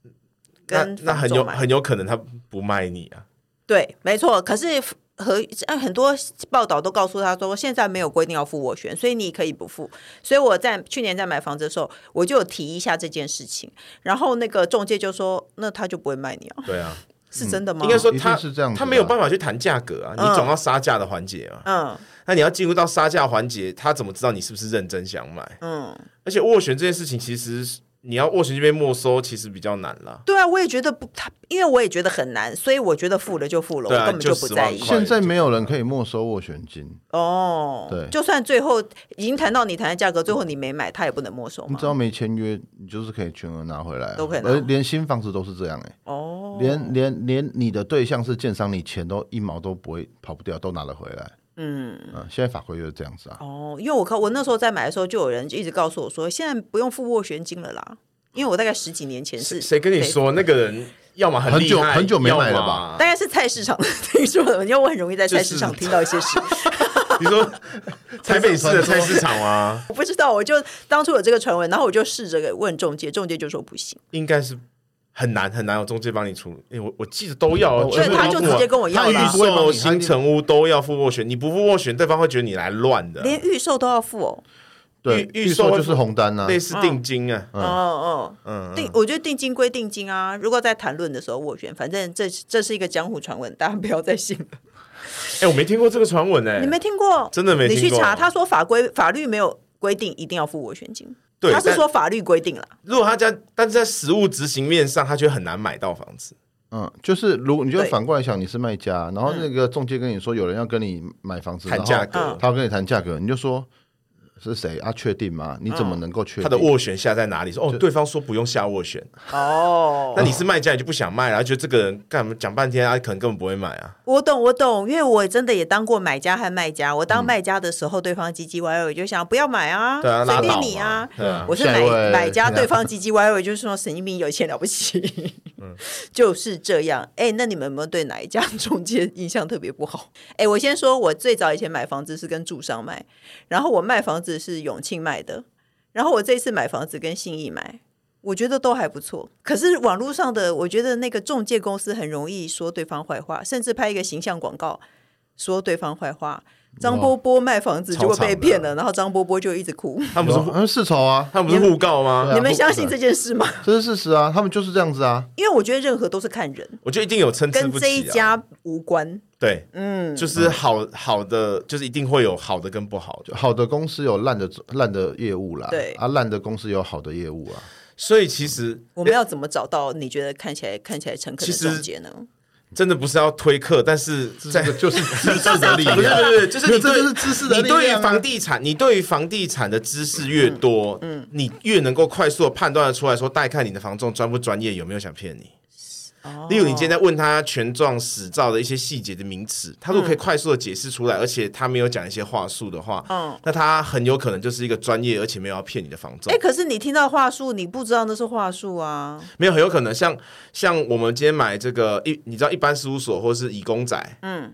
C: 那
A: 跟
C: 那
A: 房
C: 很
A: 仲
C: 有
A: 买
C: 很有可能他不卖你啊。
A: 对，没错。可是和啊很多报道都告诉他说，现在没有规定要付斡旋，所以你可以不付。所以我在去年在买房子的时候，我就有提一下这件事情，然后那个中介就说，那他就不会卖你啊，
C: 对啊，
A: 是真的吗？
C: 应该说
B: 一定
C: 他
B: 是这样子的啊
C: 他没有办法去谈价格啊，
A: 嗯
C: 你总要杀价的环节啊。
A: 嗯
C: 那你要进入到杀价环节，他怎么知道你是不是认真想买？
A: 嗯，
C: 而且斡旋这件事情，其实是你要斡旋就被没收，其实比较难啦。
A: 对啊，我也觉得不，他因为我也觉得很难，所以我觉得付了就付了，
C: 对啊
A: 我根本
C: 就
A: 不
C: 10
A: 在
C: 万
A: 意
C: 块。
B: 现在没有人可以没收斡旋金，
A: 哦，
B: 对
A: 就算最后已经谈到你谈的价格，最后你没买，他也不能没收
B: 你
A: 嘛
B: 只。要没签约，你就是可以全额拿回来啊、
A: 都可以拿
B: 而连新房子都是这样哎、
A: 哦，
B: 连连连你的对象是建商，你钱都一毛都不会跑不掉，都拿得回来。
A: 嗯。
B: 嗯、现在法规就是这样子啊。
A: 哦，因为我看我那时候在买的时候，就有人一直告诉我说，现在不用付斡旋金了啦，因为我大概十几年前是
C: 谁谁跟你？说那个人要么
B: 很
C: 厉
B: 久
C: 害，
B: 很久没买了
C: 要么
B: 吧
A: 对 [LAUGHS] 大概是菜市场听说的，因为我很容易在菜市场
C: 就是
A: 听到一些事，
C: 你说
B: [LAUGHS]
C: 台北市的菜市场吗？
A: 我不知道，我就当初有这个传闻，然后我就试着问中介，中介就说不行，
C: 应该是很难很难有中介帮你出。哎、我我记得都要，
B: 对
A: 所以
C: 全部都
A: 他就直接跟我
C: 要
A: 要
C: 付啊
A: 啦
B: 他，
C: 预售新城屋都要付斡旋，你不付斡旋，对方会觉得你来乱的，
A: 连预售都要付哦。
B: 对，
C: 预
B: 预
C: 预售
B: 售
C: 会
B: 就是红单啊。
C: 类似定金啊。
A: 哦哦，
C: 嗯，
A: 定我觉得定金归定金啊，如果在谈论的时候斡旋，反正这这是一个江湖传闻，大家不要再信了。
C: 哎、我没听过这个传闻哎，
A: 你没听过？
C: 真的没
A: 你
C: 听过啊
A: 去查，他说法规法律没有规定一定要付斡旋金，
C: 对
A: 他是
C: 但
A: 说法律规定了。
C: 如果他家，但是在实物执行面上，他觉得很难买到房子。
B: 嗯，就是如果你就
A: 对
B: 反过来想，你是卖家，然后那个中介跟你说有人要跟你买房子，
C: 谈
B: 然后
C: 价格
A: 嗯
B: 他要跟你谈价格，你就说是谁啊？确定吗？你怎么
A: 嗯
B: 能够确定？
C: 他的斡旋下在哪里？说哦，嗯对方说不用下斡旋，
A: 哦
C: 那你是卖家，你就不想卖了，然后觉得这个人干嘛讲半天，他可能根本不会买啊。
A: [LAUGHS] 我懂，我懂，因为我真的也当过买家和卖家。我当卖家的时候，对方唧唧歪歪，我就想不要买啊，
C: 对啊，
A: 随
C: 拉
A: 便
C: 倒
A: 你啊
C: 嘛。对啊，
A: 我是
B: 下
A: 买
B: 一位
A: 买家，
B: 对啊
A: 对方唧唧歪歪，我就说神经病，有钱了不起，
C: 嗯
A: [LAUGHS] 就是这样。哎、那你们有没有对哪一家 [LAUGHS] 中介印象特别不好？哎、我先说，我最早以前买房子是跟住商买，然后我卖房子是永庆卖的，然后我这次买房子跟信义买。我觉得都还不错，可是网络上的，我觉得那个中介公司很容易说对方坏话，甚至拍一个形象广告说对方坏话。张波波卖房子结果
C: 超
A: 被
C: 惨的
A: 骗了，然后张波波就一直哭。
C: 他们
B: 有
C: 不
B: 啊
C: 是
B: 他们是仇啊，
C: 他们不是互告吗
B: 对？啊
A: 你们相信这件事吗？ [LAUGHS]
B: 这是事实啊，他们就是这样子啊。
A: 因为我觉得任何都是看人，
C: 我觉得一定有参差
A: 跟
C: 不
A: 这一
C: 齐啊。
A: 家无关。
C: 对，嗯，就是好好的，就是一定会有好的跟不好的。
B: 好的公司有烂的烂的业务啦，
A: 对
B: 啊，烂的公司有好的业务啊。
C: 所以其实
A: 我们要怎么找到你觉得看起来看起来诚恳的
C: 其实
A: 中介呢？
C: 真的不是要推客，但是在
B: 这个就是知识的
C: [LAUGHS]
B: 力
C: 不是不
B: 量，
C: 是不是，就是
B: 没有
C: 你
B: 这
C: 对
B: 就是知识的力
C: 你对
B: 量
C: 于
B: 啊
C: 房地产，你对于房地产的知识越多，嗯，你越能够快速的判断的出来说，带看你的房仲专不专业，有没有想骗你。
B: 哦
C: 例如，你今天在问他权状、史照的一些细节的名词，他
B: 嗯
C: 如果可以快速的解释出来，而且他没有讲一些话术的话，
A: 嗯
C: 那他很有可能就是一个专业而且没有要骗你的房仲
A: 哎、。可是你听到话术，你不知道那是话术啊。
C: 没有，很有可能像像我们今天买这个一，你知道一般事务所或是以公仔，嗯，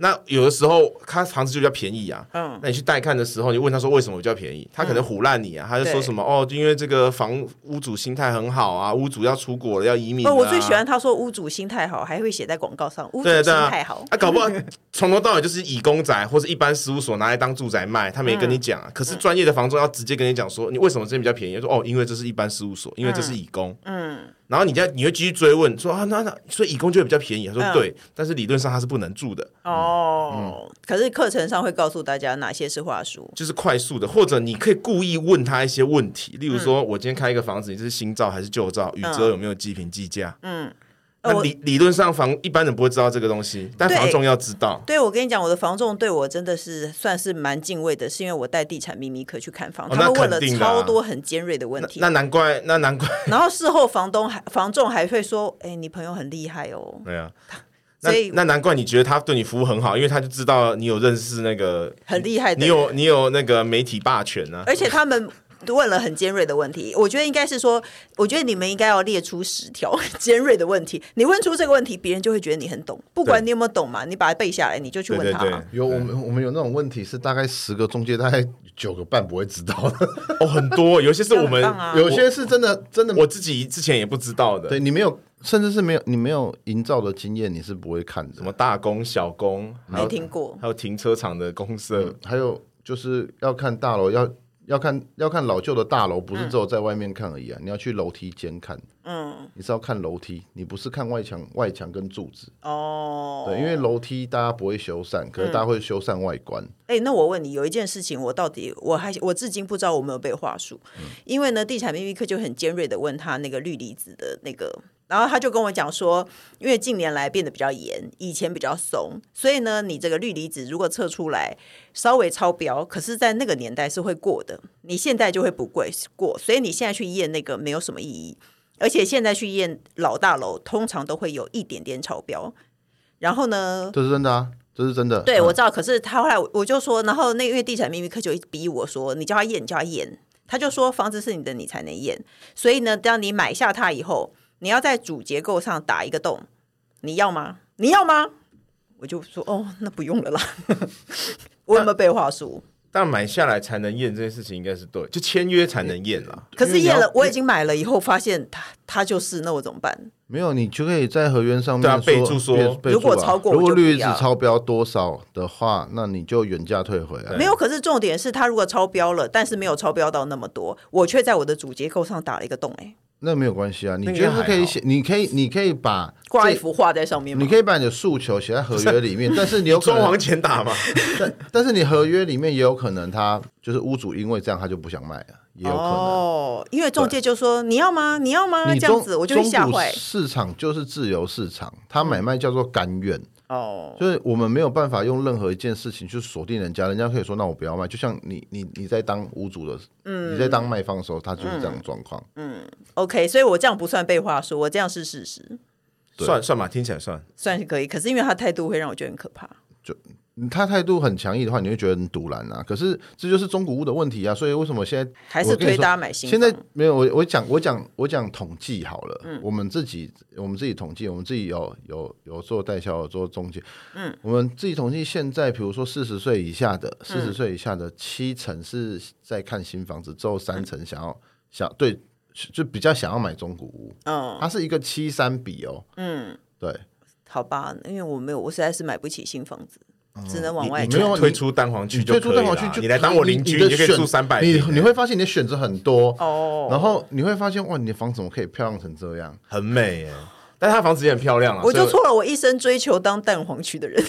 C: 那有的时候他房子就比较便宜啊，
A: 嗯
C: 嗯，那你去带看的时候，你问他说为什么比较便宜，他可能唬烂你啊，他就说什么哦，因为这个房屋主心态很好啊，屋主要出国了要移民、啊，
A: 哦，我最喜欢他说屋主心态好，还会写在广告上，屋主
C: 对啊
A: 心
C: 对啊
A: 态好。
C: 啊，搞不好从头到尾就是以公仔 [LAUGHS] 或者一般事务所拿来当住宅卖，他没跟你讲
A: 嗯
C: 啊。可是专业的房仲要直接跟你讲说，你为什么这边比较便宜？说哦，因为这是一般事务所，因为这是以公。嗯，然后你再你会继续追问说啊，那那所以以公就会比较便宜？他
A: 嗯
C: 说对，但是理论上它是不能住的，
A: 哦，可是课程上会告诉大家哪些是话术。
C: 就是快速的，或者你可以故意问他一些问题，
A: 嗯
C: 例如说我今天开一个房子，你这是新造还是旧造？雨遮有没有基平计价？嗯。
A: 呃
C: 那
A: 嗯我
C: 理理论上房一般人不会知道这个东西，但
A: 对
C: 房仲要知道。
A: 对，我跟你讲，我的房仲对我真的是算是蛮敬畏的，是因为我带地产秘密课去看房，
C: 哦
A: 他们
C: 那
A: 问
C: 肯
A: 了
C: 定的啊
A: 超多很尖锐的问题。
C: 那难怪，那难怪， [LAUGHS]
A: 然后事后房东还房仲还会说：“哎、你朋友很厉害哦。
C: 对啊。那
A: 所以
C: 那难怪你觉得他对你服务很好，因为他就知道你有认识那个
A: 很厉害的哎
C: 你有你有那个媒体霸权啊。
A: 而且他们问了很尖锐的问题，我觉得应该是说，我觉得你们应该要列出十条尖锐的问题。你问出这个问题，别人就会觉得你很懂，不管
C: 对
A: 你有没有懂嘛，你把它背下来，你就去
C: 对
A: 问
C: 对
A: 他
C: 对
A: 嘛。，
B: 有我们我们有那种问题是大概十个中介大概九个半不会知道的，
C: 哦，很多，有
A: [LAUGHS]
C: 些是我们
A: 这样很棒啊
B: [LAUGHS] 有些是真的真的
C: [LAUGHS] 我自己之前也不知道的，
B: 对你没有，甚至是没有你没有营造的经验，你是不会看
C: 什
B: 的。
C: 么大工、小工，还
A: 没
C: 有
A: 听过，
C: 还有停车场的公社
B: 嗯，，还有就是要看大楼，要要看要看老旧的大楼，不
C: 嗯
B: 是只有在外面看而已啊，你要去楼梯间看，
A: 嗯，
B: 你是要看楼梯，你不是看外墙外墙跟柱子。
A: 哦，
B: 对，因为楼梯大家不会修缮，
C: 嗯
B: 可是大家会修缮外观。
A: 哎、那我问你，有一件事情，我到底我还我至今不知道我有没有被话术，因为呢，地产秘密课就很尖锐的问他那个氯离子的那个，然后他就跟我讲说，因为近年来变得比较严，以前比较松，所以呢，你这个氯离子如果测出来稍微超标，可是在那个年代是会过的，你现在就会不贵过，所以你现在去验那个没有什么意义，而且现在去验老大楼通常都会有一点点超标，然后呢，
B: 这是真的啊，这是真的。
A: 对，
B: 嗯
A: 我知道。可是他后来我我就说，然后那因为地产秘密课就一直逼我说，你叫他验，你叫他验。他就说房子是你的，你才能验。所以呢，当你买下它以后，你要在主结构上打一个洞，你要吗？你要吗？我就说哦，那不用了啦。我有没有背话术？
C: 但买下来才能验这件事情应该是对，就签约才能验啦。
A: 可是
B: 因为你要
A: 验了，我已经买了以后，发现它它就是，那我怎么办？
B: 没有，你就可以在合约上面
C: 对啊备注
B: 说
C: 说
B: 备备注
A: 如
B: 啊
A: 果超过我
B: 如
A: 就不
B: 果率值
A: 要
B: 超标多少的话，那你就原价退回啊。
A: 没有，可是重点是它如果超标了，但是没有超标到那么多，我却在我的主结构上打了一个洞、欸，哎，
B: 那没有关系啊，你
C: 那个
B: 就是可
C: 还
B: 以
C: 好
B: 写，你可以，你可以把
A: 挂
B: 这
A: 一幅画在上面嘛。
B: 你可以把你的诉求写在合约
A: [LAUGHS]
B: 里面，但是你有可
C: 装潢
B: 能，
C: 前打嘛，
B: 但但是你合约里面也有可能他就是屋主因为这样他就不想卖了，也有可能。
A: 哦，因为中介就说你要吗？你要吗？
B: 你
A: 这
B: 中
A: 样子我就会吓
B: 中古
A: 坏。
B: 市场就是自由市场，它买卖叫做甘愿，
A: 哦，
B: 就是我们没有办法用任何一件事情去锁定人家，人家可以说那我不要卖。就像你你你在当屋主的，嗯，你在当卖方的时候，他就是这样的状况。
A: OK，所以我这样不算被话说，我这样是事实，
B: [LAUGHS] 对
C: 算算吧，听起来算。
A: 算是可以。可是因为他态度会让我觉得很可怕。
B: 他态度很强硬的话，你会觉得很堵然啊。可是这就是中古屋的问题啊，所以为什么现在
A: 还是
B: 我跟你
A: 推
B: 说
A: 大家买新
B: 现在
A: 房
B: 没有我我讲我讲我讲统计好了，我们自己我们自己统计，我们自己有有有做代销，有做中介，嗯，我们自己统计现在，比如说四十岁以下的，四十岁以下的七成是在看新房子，之后三成想要、想对就比较想要买中古屋，
A: 嗯，
B: 它是一个七三比哦，嗯，对，
A: 好吧，因为我没有，我实在是买不起新房子，只能往外
C: 你
B: 没有啊
A: 转。
C: 就退出蛋黄区
B: 你
C: 就
B: 退
C: 可
B: 出
C: 以
B: 蛋
C: 了
B: 黄
C: 啊
B: 区，就
C: 你来当我邻居，你
B: 的
C: 就可以
B: 选
C: 住三百
B: 你
C: 平欸，
B: 你会发现你的选择很多，
A: 哦，
B: 然后你会发现哇，你的房子怎么可以漂亮成这样？
C: 很美哎。但他房子也很漂亮啊，
A: 我就
C: 所以
A: 错了，我一生追求当蛋黄区的人。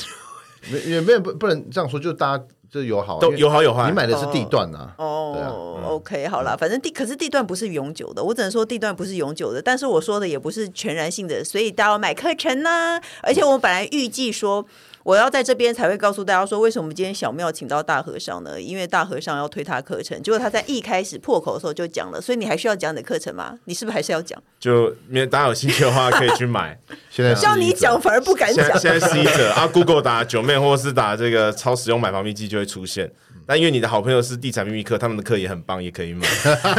B: 没也没有不不能这样说，就大家就友好，啊
C: 都
B: 因为
C: 有好有坏
B: 你。买的是地段啊，对啊
A: 哦、o k 好啦，反正地可是地段不是永久的，我只能说地段不是永久的，但是我说的也不是全然性的，所以大家要买课程呢、而且我本来预计说。我要在这边才会告诉大家说，为什么今天小妙请到大和尚呢？因为大和尚要推他课程，结果他在一开始破口的时候就讲了，所以你还需要讲你的课程吗？你是不是还是要讲？
C: 就免大家有兴趣的话可以
A: [LAUGHS]
C: 去买。
B: 现在是
A: 叫你
B: 一种
A: 讲反而不敢
C: 现
A: 讲
C: 在。现在 C 者啊，Google 打九妹或是打这个超实用买房秘籍就会出现。但因为你的好朋友是地产秘密课，他们的课也很棒，也可以买， [LAUGHS]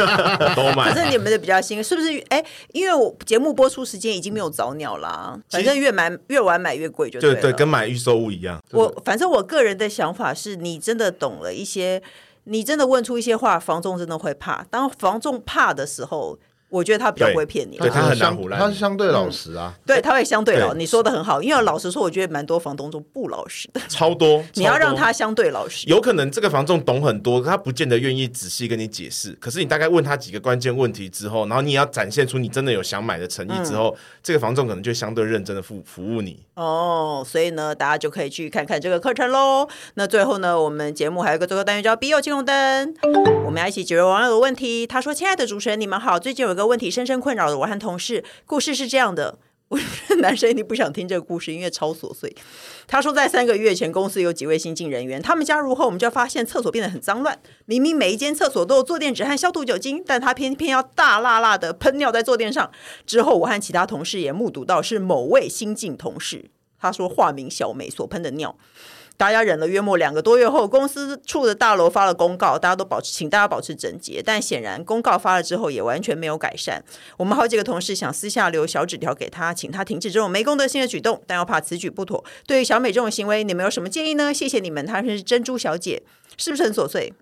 C: 都买
A: 可。是你们的比较新，是不是？哎、因为我节目播出时间已经没有早鸟啦，反正越买越晚买越贵就
C: 对
A: 了。
C: 对，跟买预售屋一样。
A: 我反正我个人的想法是，你真的懂了一些，你真的问出一些话，房仲真的会怕。当房仲怕的时候，我觉得他比较不会骗你。
C: 对他很难
B: 相
C: 胡乱
B: 他是相对老实啊，
A: 对，他会相对老。
C: 对
A: 你说的很好，因为老实说，我觉得蛮多房东都不老实的。
C: 超多，
A: 你要
C: 超多
A: 让他相对老实。
C: 有可能这个房仲懂很多，他不见得愿意仔细跟你解释。可是你大概问他几个关键问题之后，然后你也要展现出你真的有想买的诚意之
A: 嗯
C: 后，这个房仲可能就相对认真的服服务你。
A: 哦，所以呢，大家就可以去看看这个课程喽。那最后呢，我们节目还有一个最后单元叫“笔友青红灯”，我们要一起解决网友的问题。他说：“亲爱的主持人，你们好，最近有一个问题深深困扰了我和同事。故事是这样的。”我觉得男生一定不想听这个故事，因为超琐碎。他说，在三个月前，公司有几位新进人员，他们加入后，我们就发现厕所变得很脏乱。明明每一间厕所都有坐垫纸和消毒酒精，但他偏偏要大辣辣的喷尿在坐垫上。之后，我和其他同事也目睹到是某位新进同事，他说化名小美所喷的尿。大家忍了约莫两个多月后，公司处的大楼发了公告，大家都保持，请大家保持整洁。但显然公告发了之后也完全没有改善。我们好几个同事想私下留小纸条给他，请他停止这种没公德心的举动，但又怕此举不妥。对于小美这种行为，你们有什么建议呢？谢谢你们，她是珍珠小姐，是不是很琐碎？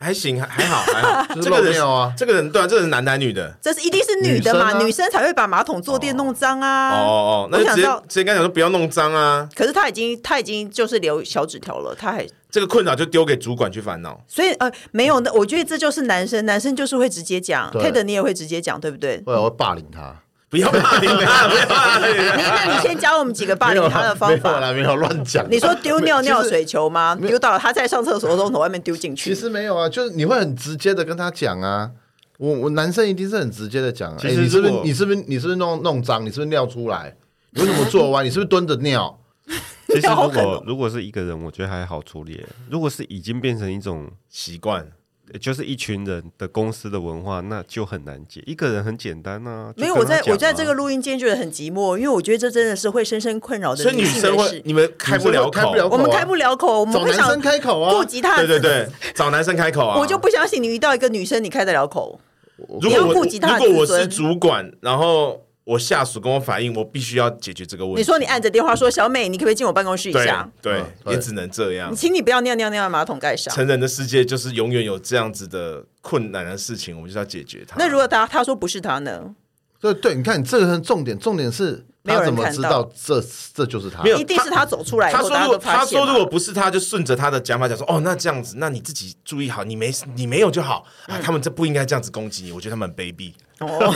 C: 还行，还还好，还好。
B: [LAUGHS] 就是
C: 嗯这个
B: 漏
C: 人
B: 尿啊
C: 这个人对啊，这个人男男女的。
A: 这是一定是女的嘛，女
B: 女生
A: 生,、
B: 啊
A: 才会把马桶坐垫弄脏
C: 哦
A: 啊。
C: 哦，那
A: 我
C: 就直
A: 想
C: 接
A: 知道
C: 直接跟他讲说不要弄脏啊，
A: 可是他已经他已经就是留小纸条了，他还
C: 这个困扰就丢给主管去烦恼。
A: 所以呃没有的，我觉得这就是男生，男生就是会直接讲
B: 对
A: ，Ted 你也会直接讲，对不
B: [LAUGHS]
A: 对？
B: 不然我会霸凌他。
C: 不要骂你啊，不要骂你
A: 你
C: 啊。
A: 那你先教我们几个霸
B: 没
A: 凌
B: 有
A: 他
B: 啦
A: 的方
B: 没有啊
A: 法。
B: 啦，没有乱讲。
A: [LAUGHS] 你说丢尿尿水球吗？
B: 有
A: 丢到了他在上厕所的时候从外面丢进
B: 其
A: 去。
B: 实没有啊，就是你会很直接的跟他讲啊。我我男生一定是很直接的讲啊，
D: 其
B: 哎、
D: 实
B: 你是不
D: 如
B: 是
D: 果
B: 你是不是你是不是弄弄脏？你是不是尿出来？你为什么
A: [LAUGHS]
B: 做歪？你是不是蹲着尿？
D: 其实
A: 好
D: 如
A: 狠哦
D: 果如果是一个人，我觉得还好处理。如果是已经变成一种
C: 习惯，
D: 呃就是一群人的公司的文化，那就很难解。一个人很简单呐、就
A: 没有，
D: 跟
A: 我
D: 他
A: 在
D: 讲啊
A: 我在这个录音间觉得很寂寞，因为我觉得这真的是会深深困扰的
C: 所以女
A: 性
C: 生
A: 人
C: 会
A: 士。
C: 你们开不了
B: 女生
C: 口
B: 会开不，了口啊
A: 我们开不了口，我们
B: 找
A: 会
B: 男
A: 想
B: 生开口啊！
A: 顾及他。
C: 对对，对，找男生开口啊。
A: 我就不相信你遇到一个女生你开得了口。
C: 如
A: 你要
C: 果我
A: 顾及他的
C: 如果我
A: 自尊
C: 是主管，然后我下属跟我反映，我必须要解决这个问题。
A: 你说你按着电话说小美，你可不可以进我办公室一
C: 对
A: 下？
C: 对
B: 嗯，对
C: 也只能这样
A: 你。请你不要尿尿尿在马桶盖上。
C: 成人的世界就是永远有这样子的困难的事情，我们就是要解决它。
A: 那如果他他说不是他呢？
B: 对对，你看你这个人重点，重点是
A: 没有
B: 他
A: 人
B: 怎么
A: 看
B: 知
A: 到
B: 道这这就是他？
C: 没有
A: 一定是他走出来以
C: 他
A: 后，
C: 说
A: 大
C: 如
A: 家
C: 果
A: 都
C: 他
A: 发现
C: 说
A: 嘛。
C: 如果不是他，就顺着他的讲法讲说，哦，那这样子，那你自己注意好，你没你没有就好
A: 嗯
C: 啊。他们这不应该这样子攻击你，我觉得他们很卑鄙。
A: 哦，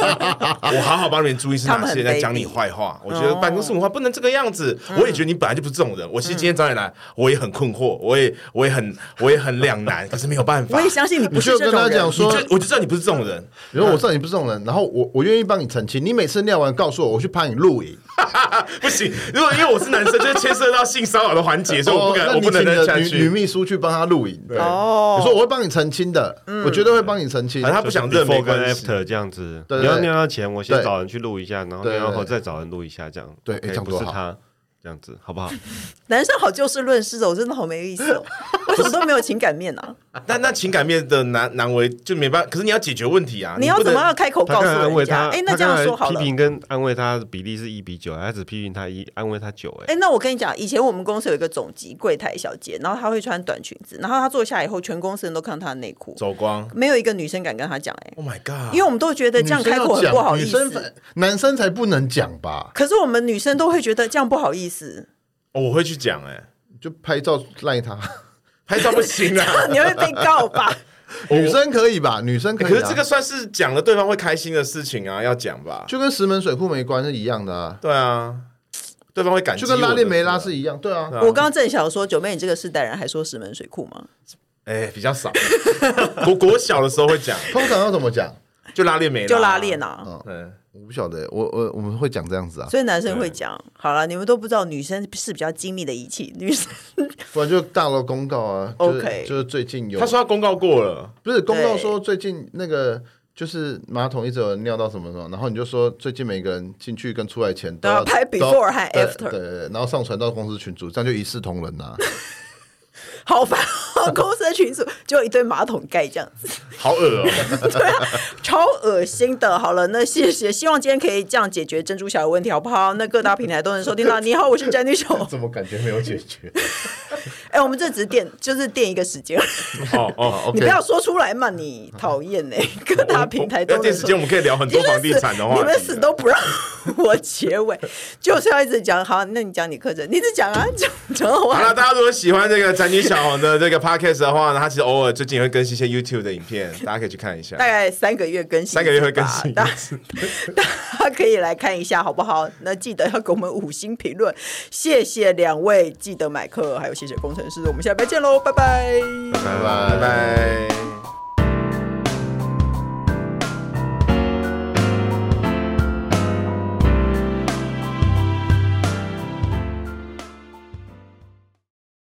C: 我好好帮你们注意是哪些人在讲你坏话。我觉
A: 哦
C: 得办公室文化不能这个样子。
A: 嗯
C: 我也觉得你本来就不是这种人。我其实今天找你来，我也很困惑，我也我也很我也很两难，可是没有办法
A: 我也。相信你不
B: 你
A: 是
B: 就
A: 这
B: 跟
A: 种
B: 他
A: 人
B: 讲。
C: 你就
B: 说，
C: 我就知道你不是这种人，
B: 比如我知道你不是这种人，然后我我愿意帮你澄清。你每次尿完告诉我，我去帮你录影。
C: 啊不行。如果因为我是男生，就牵涉到性骚扰的环节，所以我不
B: 哦
C: 敢，
B: 那
C: 我
B: 你
C: 不能
B: 请你
C: 再
B: 的
C: 下
B: 女女
C: 去。
B: 秘书去帮他录影。
C: 对
B: 我
A: 哦，嗯
B: 说我会帮你澄清的，我绝对会帮你澄清。
C: 反正哎他不
D: 就是
C: 想认没
D: before 跟
C: 关系。
D: after 这样子，
B: 对对
D: 你要尿尿前，我先
B: 对
D: 找人去录一下，然后
B: 对
D: 尿
B: 对
D: 尿后
B: 对
D: 再找人录一下，这样
B: 对
D: OK，
B: 诶这样
D: 不
B: 多
D: 是
B: 好
D: 他这样子，好不好？
A: 男生好就事论事哦，我真的好没意思哦，为什么都没有情感面啊？
C: 那那情感面的难难为就没办法，可是你要解决问题啊！
A: 你要
C: 不
A: 怎
C: 能
A: 么样开口
D: 他
A: 告
D: 刚才安
A: 诉
D: 慰
A: 人家？
D: 他，
A: 哎，那
D: 他
A: 这样
D: 刚才
A: 说好了
D: 批。评跟安慰他的比例是一比九，他只批评他一，安慰他九，哎，
A: 哎，那我跟你讲，以前我们公司有一个总级柜台小姐，然后她会穿短裙子，然后她坐下以后，全公司人都看到她的内裤，
C: 走光
A: 没有一个女生敢跟她讲，哎，
C: ？Oh my god！
A: 因为我们都觉得这样开口很不好意
B: 女生要讲女生
A: 思
B: 才。男生才不能讲吧？
A: 可是我们女生都会觉得这样不好意思，
C: 哦我会去讲
A: 欸
C: 哎、
B: 就拍照赖他。
C: [LAUGHS]
B: 哎
C: 拍照不行 [LAUGHS] 啊！
A: [LAUGHS] 你会被告
C: [LAUGHS]
A: 吧？
B: 女生可以吧？女生可以、
C: 哎可
B: 啊。
C: 是这个算是讲了对方会开心的事情啊，要讲吧？
B: 就跟石门水库没关是一样的啊，
C: 对啊，对方会感激
B: 就
C: 我的。啊
B: 跟拉链没拉
C: 对
B: 是一样。对啊，
C: 吧，
A: 我刚刚正想说，九妹，你这个是代人还说石门水库吗？
C: 哎、比较少， [LAUGHS] 国国小的时候会讲，
B: 通常要怎么讲？
C: 就拉链没
A: 就拉链
C: 啊。
A: 啊，
C: 嗯，
B: 我不晓得，我我我们会讲这样子啊，
A: 所以男生会讲。好了，你们都不知道，女生是比较精密的仪器，女生
B: 不然就大楼公告啊。就是
A: OK
B: 就是最近有
C: 他，说他公告过了，
B: 不是公告
A: 对
B: 说最近那个。就是马桶一直有人尿到什么什么，然后你就说最近每个人进去跟出来前都要
A: 都要拍
B: 都要
A: before 和
B: 对
A: after
B: 对对，对然后上传到公司群组，这样就一视同 [LAUGHS] 仁啊。
A: 好烦哦， [LAUGHS] 公司的群组就一堆马桶盖这样子，啊
C: 好恶哦、
A: [LAUGHS] 超恶心的。好了，那谢谢，希望今天可以这样解决珍珠小的问题，好不好？那各大平台都能收听
C: [LAUGHS]
A: 到。你好，我是詹女手。
B: 怎么感觉没有解 [LAUGHS] 决？
A: 哎，我们这只是垫，就是垫一个时间，
C: 哦哦
A: [LAUGHS] 你
C: ，OK。
A: 不要说出来嘛，你讨厌呢。欸各大平台都
C: 那
A: 能
C: 电视
A: 收
C: 间我们可以聊很多房地产的话题
A: 你
C: 啊，
A: 们死都不让我结
C: [LAUGHS]
A: 尾，就是要一直讲。好，那你讲你课程，你一直讲啊，讲讲到我
C: 好了，大家如果喜欢这个宅女小红的这个 podcast 的话呢，她其实偶尔最近也会更新一些 YouTube 的影片，大家可以去看一下
A: 大。概三个月更新一次吧，
C: 三个月会更新一次
A: 大大家 [LAUGHS] 可以来看一下，好不好？那记得要给我们五星评论，谢谢两位，记得买课，还有谢谢工程师，我们下礼拜见喽，拜拜
B: 拜
C: 拜
B: 拜。
C: 拜。